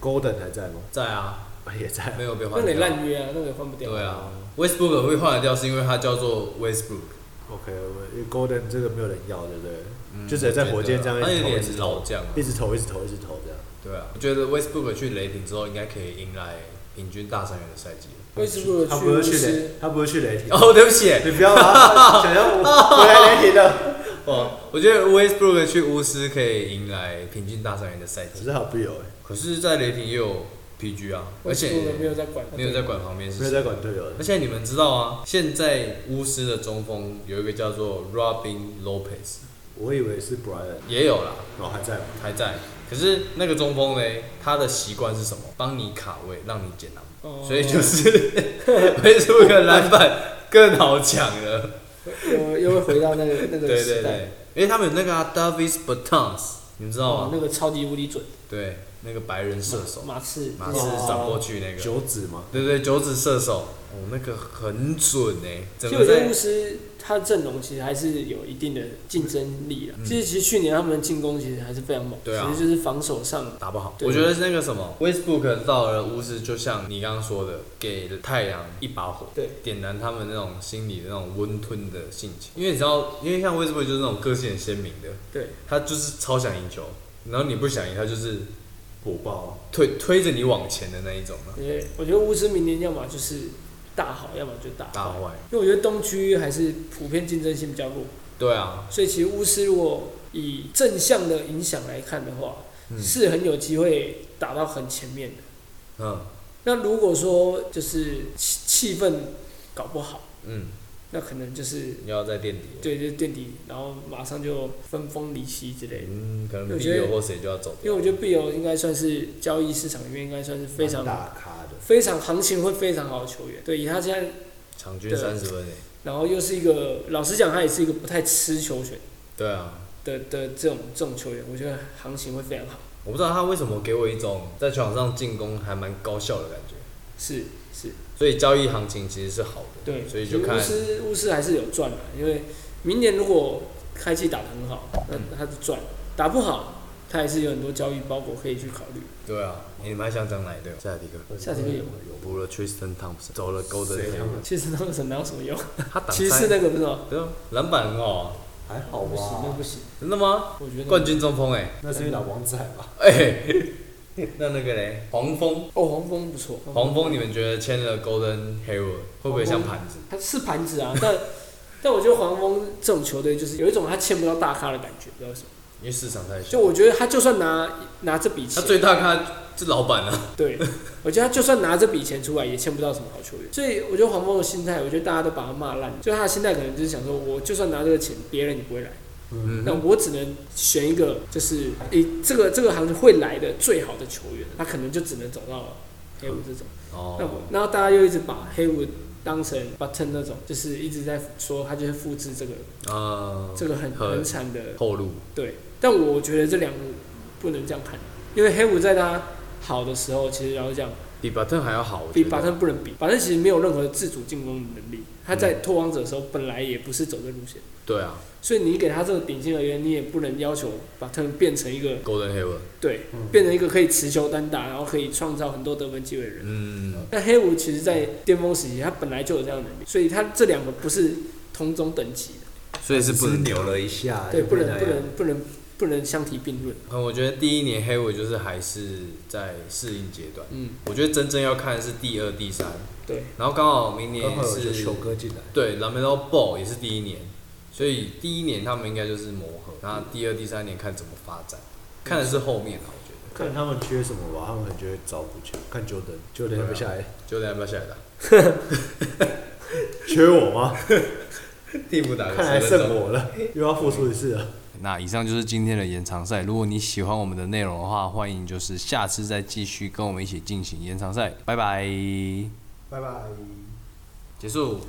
[SPEAKER 3] Golden 还在吗？
[SPEAKER 1] 在啊，
[SPEAKER 3] 也在。
[SPEAKER 1] 没有被
[SPEAKER 2] 那
[SPEAKER 1] 换
[SPEAKER 2] 得
[SPEAKER 1] 掉。
[SPEAKER 2] 烂约啊，那个也换不掉。
[SPEAKER 1] 对啊，Westbrook 会换得掉是因为他叫做 Westbrook，
[SPEAKER 3] OK，我因为 Golden 这个没有人要，对不对？就只能在火箭这样
[SPEAKER 1] 他
[SPEAKER 3] 一直
[SPEAKER 1] 有
[SPEAKER 3] 投，一
[SPEAKER 1] 点
[SPEAKER 3] 直
[SPEAKER 1] 是
[SPEAKER 3] 投
[SPEAKER 1] 老，将啊
[SPEAKER 3] 一。直投，一直投，一直投这样。
[SPEAKER 1] 对啊，我觉得 Westbrook 去雷霆之后应该可以迎来平均大三元的赛季 [LAUGHS] 了。
[SPEAKER 2] 威斯布鲁
[SPEAKER 3] 他
[SPEAKER 2] 克去
[SPEAKER 3] 不
[SPEAKER 2] 巫
[SPEAKER 3] 是去雷
[SPEAKER 2] 师，，
[SPEAKER 3] 他不是去雷霆，
[SPEAKER 1] 哦，对不起，
[SPEAKER 3] 你不要把他想要回来雷霆的。
[SPEAKER 1] 哦，我觉得 Westbrook 去巫师可以迎来平均大三元的赛
[SPEAKER 3] 可
[SPEAKER 1] 季，
[SPEAKER 3] 是好不友
[SPEAKER 1] 可是，在雷霆也有 PG 啊，而且
[SPEAKER 2] 威斯布鲁克没有在管，
[SPEAKER 1] 没有在管旁边
[SPEAKER 3] 哎，
[SPEAKER 1] 是
[SPEAKER 3] 没有
[SPEAKER 1] 谁。
[SPEAKER 3] 在管队友的
[SPEAKER 1] 而且你们知道啊，现在巫师的中锋有一个叫做 Robin Lopez，
[SPEAKER 3] 我以为是 Brian，
[SPEAKER 1] 也有啦，
[SPEAKER 3] 哦还在吗？
[SPEAKER 1] 还在。可是那个中锋呢，他的习惯是什么？帮你卡位，让你捡篮板。
[SPEAKER 2] 哦
[SPEAKER 1] 所以就是 [LAUGHS] 威斯布鲁克篮板更好抢
[SPEAKER 2] [LAUGHS]
[SPEAKER 1] 了。
[SPEAKER 2] 又又会回
[SPEAKER 1] [LAUGHS]
[SPEAKER 2] 到那个那
[SPEAKER 1] 对
[SPEAKER 2] 个
[SPEAKER 1] 对
[SPEAKER 2] 时代，
[SPEAKER 1] 对，因为他们有那个、啊、Davis Bertans，你们知道
[SPEAKER 2] 哦
[SPEAKER 1] 吗，？
[SPEAKER 2] 那个哦超级无敌准，
[SPEAKER 1] 对，那个白人射手，
[SPEAKER 2] 马刺，
[SPEAKER 1] 马刺转过去那个，
[SPEAKER 3] 九指吗？
[SPEAKER 1] 对对，九指射手，哦，那个很准哎、
[SPEAKER 2] 其
[SPEAKER 1] 整
[SPEAKER 2] 实我
[SPEAKER 1] 个
[SPEAKER 2] 觉得
[SPEAKER 1] 在
[SPEAKER 2] 巫师他的阵容其实还是有一定的竞争力啊。其实其实去年他们的进攻其实还是非常猛，
[SPEAKER 1] 嗯对啊
[SPEAKER 2] 只是就是防守上
[SPEAKER 1] 打不好。
[SPEAKER 2] 对
[SPEAKER 1] 我觉得那个什么，Westbrook 到了巫师，就像你刚刚说的，给了太阳一把火，
[SPEAKER 2] 对，
[SPEAKER 1] 点燃他们那种心里的那种温吞的性情。因为你知道，因为像 Westbrook 就是那种个性很鲜明的，
[SPEAKER 2] 对
[SPEAKER 1] 他就是超想赢球，然后你不想赢，他就是啊
[SPEAKER 3] 火爆
[SPEAKER 1] 推推着你往前的那一种啊，
[SPEAKER 2] 因为我觉得巫师明年要么就是大好，要么就大
[SPEAKER 1] 大
[SPEAKER 2] 坏。
[SPEAKER 1] 坏。
[SPEAKER 2] 因为我觉得东区还是普遍竞争性比较弱，
[SPEAKER 1] 对啊，
[SPEAKER 2] 所以其实巫师如果以正向的影响来看的话，是很有机会打到很前面的。
[SPEAKER 1] 嗯
[SPEAKER 2] 那如果说就是气气氛搞不好，
[SPEAKER 1] 嗯，
[SPEAKER 2] 那可能就是
[SPEAKER 1] 你要在垫底了。
[SPEAKER 2] 对，就是垫底，然后马上就分封离席之类的。
[SPEAKER 1] 嗯，可
[SPEAKER 2] 因为
[SPEAKER 1] 能
[SPEAKER 2] 我
[SPEAKER 1] 比
[SPEAKER 2] 觉得
[SPEAKER 1] 友或谁就要走
[SPEAKER 2] 因
[SPEAKER 1] 掉。
[SPEAKER 2] 为我觉得 B 友应该算是交易市场里面应该算是非常
[SPEAKER 3] 蛮大咖的，
[SPEAKER 2] 非常行情会非常好的球员。对，以他现在，
[SPEAKER 1] 场均
[SPEAKER 2] 对
[SPEAKER 1] 三十分诶。欸
[SPEAKER 2] 然后又是一个老实讲，他也是一个不太吃球权
[SPEAKER 1] 对啊，
[SPEAKER 2] 的的这种这种球员，我觉得行情会非常好。
[SPEAKER 1] 我不知道他为什么给我一种在球场上进攻还蛮高效的感觉，
[SPEAKER 2] 是是，
[SPEAKER 1] 所以交易行情其实是好的。
[SPEAKER 2] 对，
[SPEAKER 1] 所以就
[SPEAKER 2] 巫
[SPEAKER 1] 看
[SPEAKER 2] 师巫师还是有赚的，因为明年如果开季打得很好，那
[SPEAKER 1] 嗯
[SPEAKER 2] 他就赚；打不好，他还是有很多交易包裹可以去考虑。
[SPEAKER 1] 对啊，你们还想讲哪一队？下一个，
[SPEAKER 2] 下次就有。
[SPEAKER 1] 有补了 Tristan Thompson，走了 Golden
[SPEAKER 3] 谁啊
[SPEAKER 1] State，
[SPEAKER 2] 其实那个什么有什么用？
[SPEAKER 1] 他挡
[SPEAKER 2] 骑士
[SPEAKER 1] 塞，
[SPEAKER 2] 那个不是吗？
[SPEAKER 1] 对啊，篮板很好啊，
[SPEAKER 3] 还好
[SPEAKER 2] 不行，那
[SPEAKER 3] 吧？
[SPEAKER 2] 不行，
[SPEAKER 1] 真的吗？
[SPEAKER 2] 我觉得
[SPEAKER 1] 冠军中锋哎 [LAUGHS]
[SPEAKER 3] 那是一打王仔吧？
[SPEAKER 1] 哎，那那个嘞，黄蜂，
[SPEAKER 2] 哦，黄蜂不错，
[SPEAKER 1] 黄蜂，你们觉得签了 Golden Hayward 会不会像盘子？
[SPEAKER 2] 他是盘子啊，但但我觉得黄蜂这种球队就是有一种他签不到大咖的感觉，不知道为什么。
[SPEAKER 1] 因为市场太小，
[SPEAKER 2] 就我觉得他就算拿拿这笔
[SPEAKER 1] 他
[SPEAKER 2] 钱，
[SPEAKER 1] 最大咖是老板啊，
[SPEAKER 2] 对， [LAUGHS] 我觉得他就算拿这笔钱出来，也签不到什么好球员。所以我觉得黄蜂的心态，我觉得大家都把他骂烂了。就他的心态可能就是想说，我就算拿这个钱，别人也不会来，
[SPEAKER 1] 嗯
[SPEAKER 2] 那我只能选一个就是诶、这个这个行情会来的最好的球员，他可能就只能走到黑五这种。那我
[SPEAKER 1] 哦，
[SPEAKER 2] 然后大家又一直把黑五当成 Button 那种，就是一直在说他就是复制这个
[SPEAKER 1] 啊，
[SPEAKER 2] 这个很
[SPEAKER 1] 合
[SPEAKER 2] 很惨的
[SPEAKER 1] 后路，
[SPEAKER 2] 对，但我觉得这两个不能这样看，因为黑五在他好的时候，其实然后讲
[SPEAKER 1] 比 Button 还要好，我
[SPEAKER 2] 比
[SPEAKER 1] 觉得
[SPEAKER 2] 巴特不能比，巴特其实没有任何自主进攻能力。他在拓荒者的时候本来也不是走这路线，
[SPEAKER 1] 对啊
[SPEAKER 2] 所以你给他这个顶薪而言，你也不能要求巴特变成一个
[SPEAKER 1] ，Golden Hayward，
[SPEAKER 2] 对，变成一个可以持球单打，然后可以创造很多得分机会的人。
[SPEAKER 1] 嗯，
[SPEAKER 2] 但黑五其实，在巅峰时期，他本来就有这样的能力，所以他这两个不是同种等级的，
[SPEAKER 1] 所以是不
[SPEAKER 3] 只是
[SPEAKER 1] 能
[SPEAKER 3] [LAUGHS] 扭了一下，
[SPEAKER 2] 对，
[SPEAKER 3] 就
[SPEAKER 2] 不
[SPEAKER 3] 变
[SPEAKER 2] 能
[SPEAKER 3] 那
[SPEAKER 2] 不
[SPEAKER 3] 样
[SPEAKER 2] 能不能不能相提并论。
[SPEAKER 1] 嗯，我觉得第一年黑尾就是还是在适应阶段，
[SPEAKER 2] 嗯，
[SPEAKER 1] 我觉得真正要看的是第二、第三，
[SPEAKER 2] 对，
[SPEAKER 1] 然后刚好明
[SPEAKER 3] 刚
[SPEAKER 1] 年
[SPEAKER 3] 好有
[SPEAKER 1] 是
[SPEAKER 3] 球哥进来，
[SPEAKER 1] 对 l a m e l o Ball 也是第一年，所以第一年他们应该就是磨合，然后第二、第三年看怎么发展，看的是后面啊，我觉得
[SPEAKER 3] 看他们缺什么吧，他们可能就会找补强。看 Jordan，Jordan 要不下来，
[SPEAKER 1] 就等下要不要下来打，
[SPEAKER 3] 缺我吗？
[SPEAKER 1] [LAUGHS] 替补打
[SPEAKER 3] [LAUGHS] 看来
[SPEAKER 1] 个十分
[SPEAKER 3] 剩
[SPEAKER 1] 钟。
[SPEAKER 3] 我 [LAUGHS] 了，又要付出一次了。
[SPEAKER 1] 那以上就是今天的延长赛，如果你喜欢我们的内容的话，欢迎就是下次再继续跟我们一起进行延长赛，拜拜，
[SPEAKER 3] 拜拜。
[SPEAKER 1] 结束。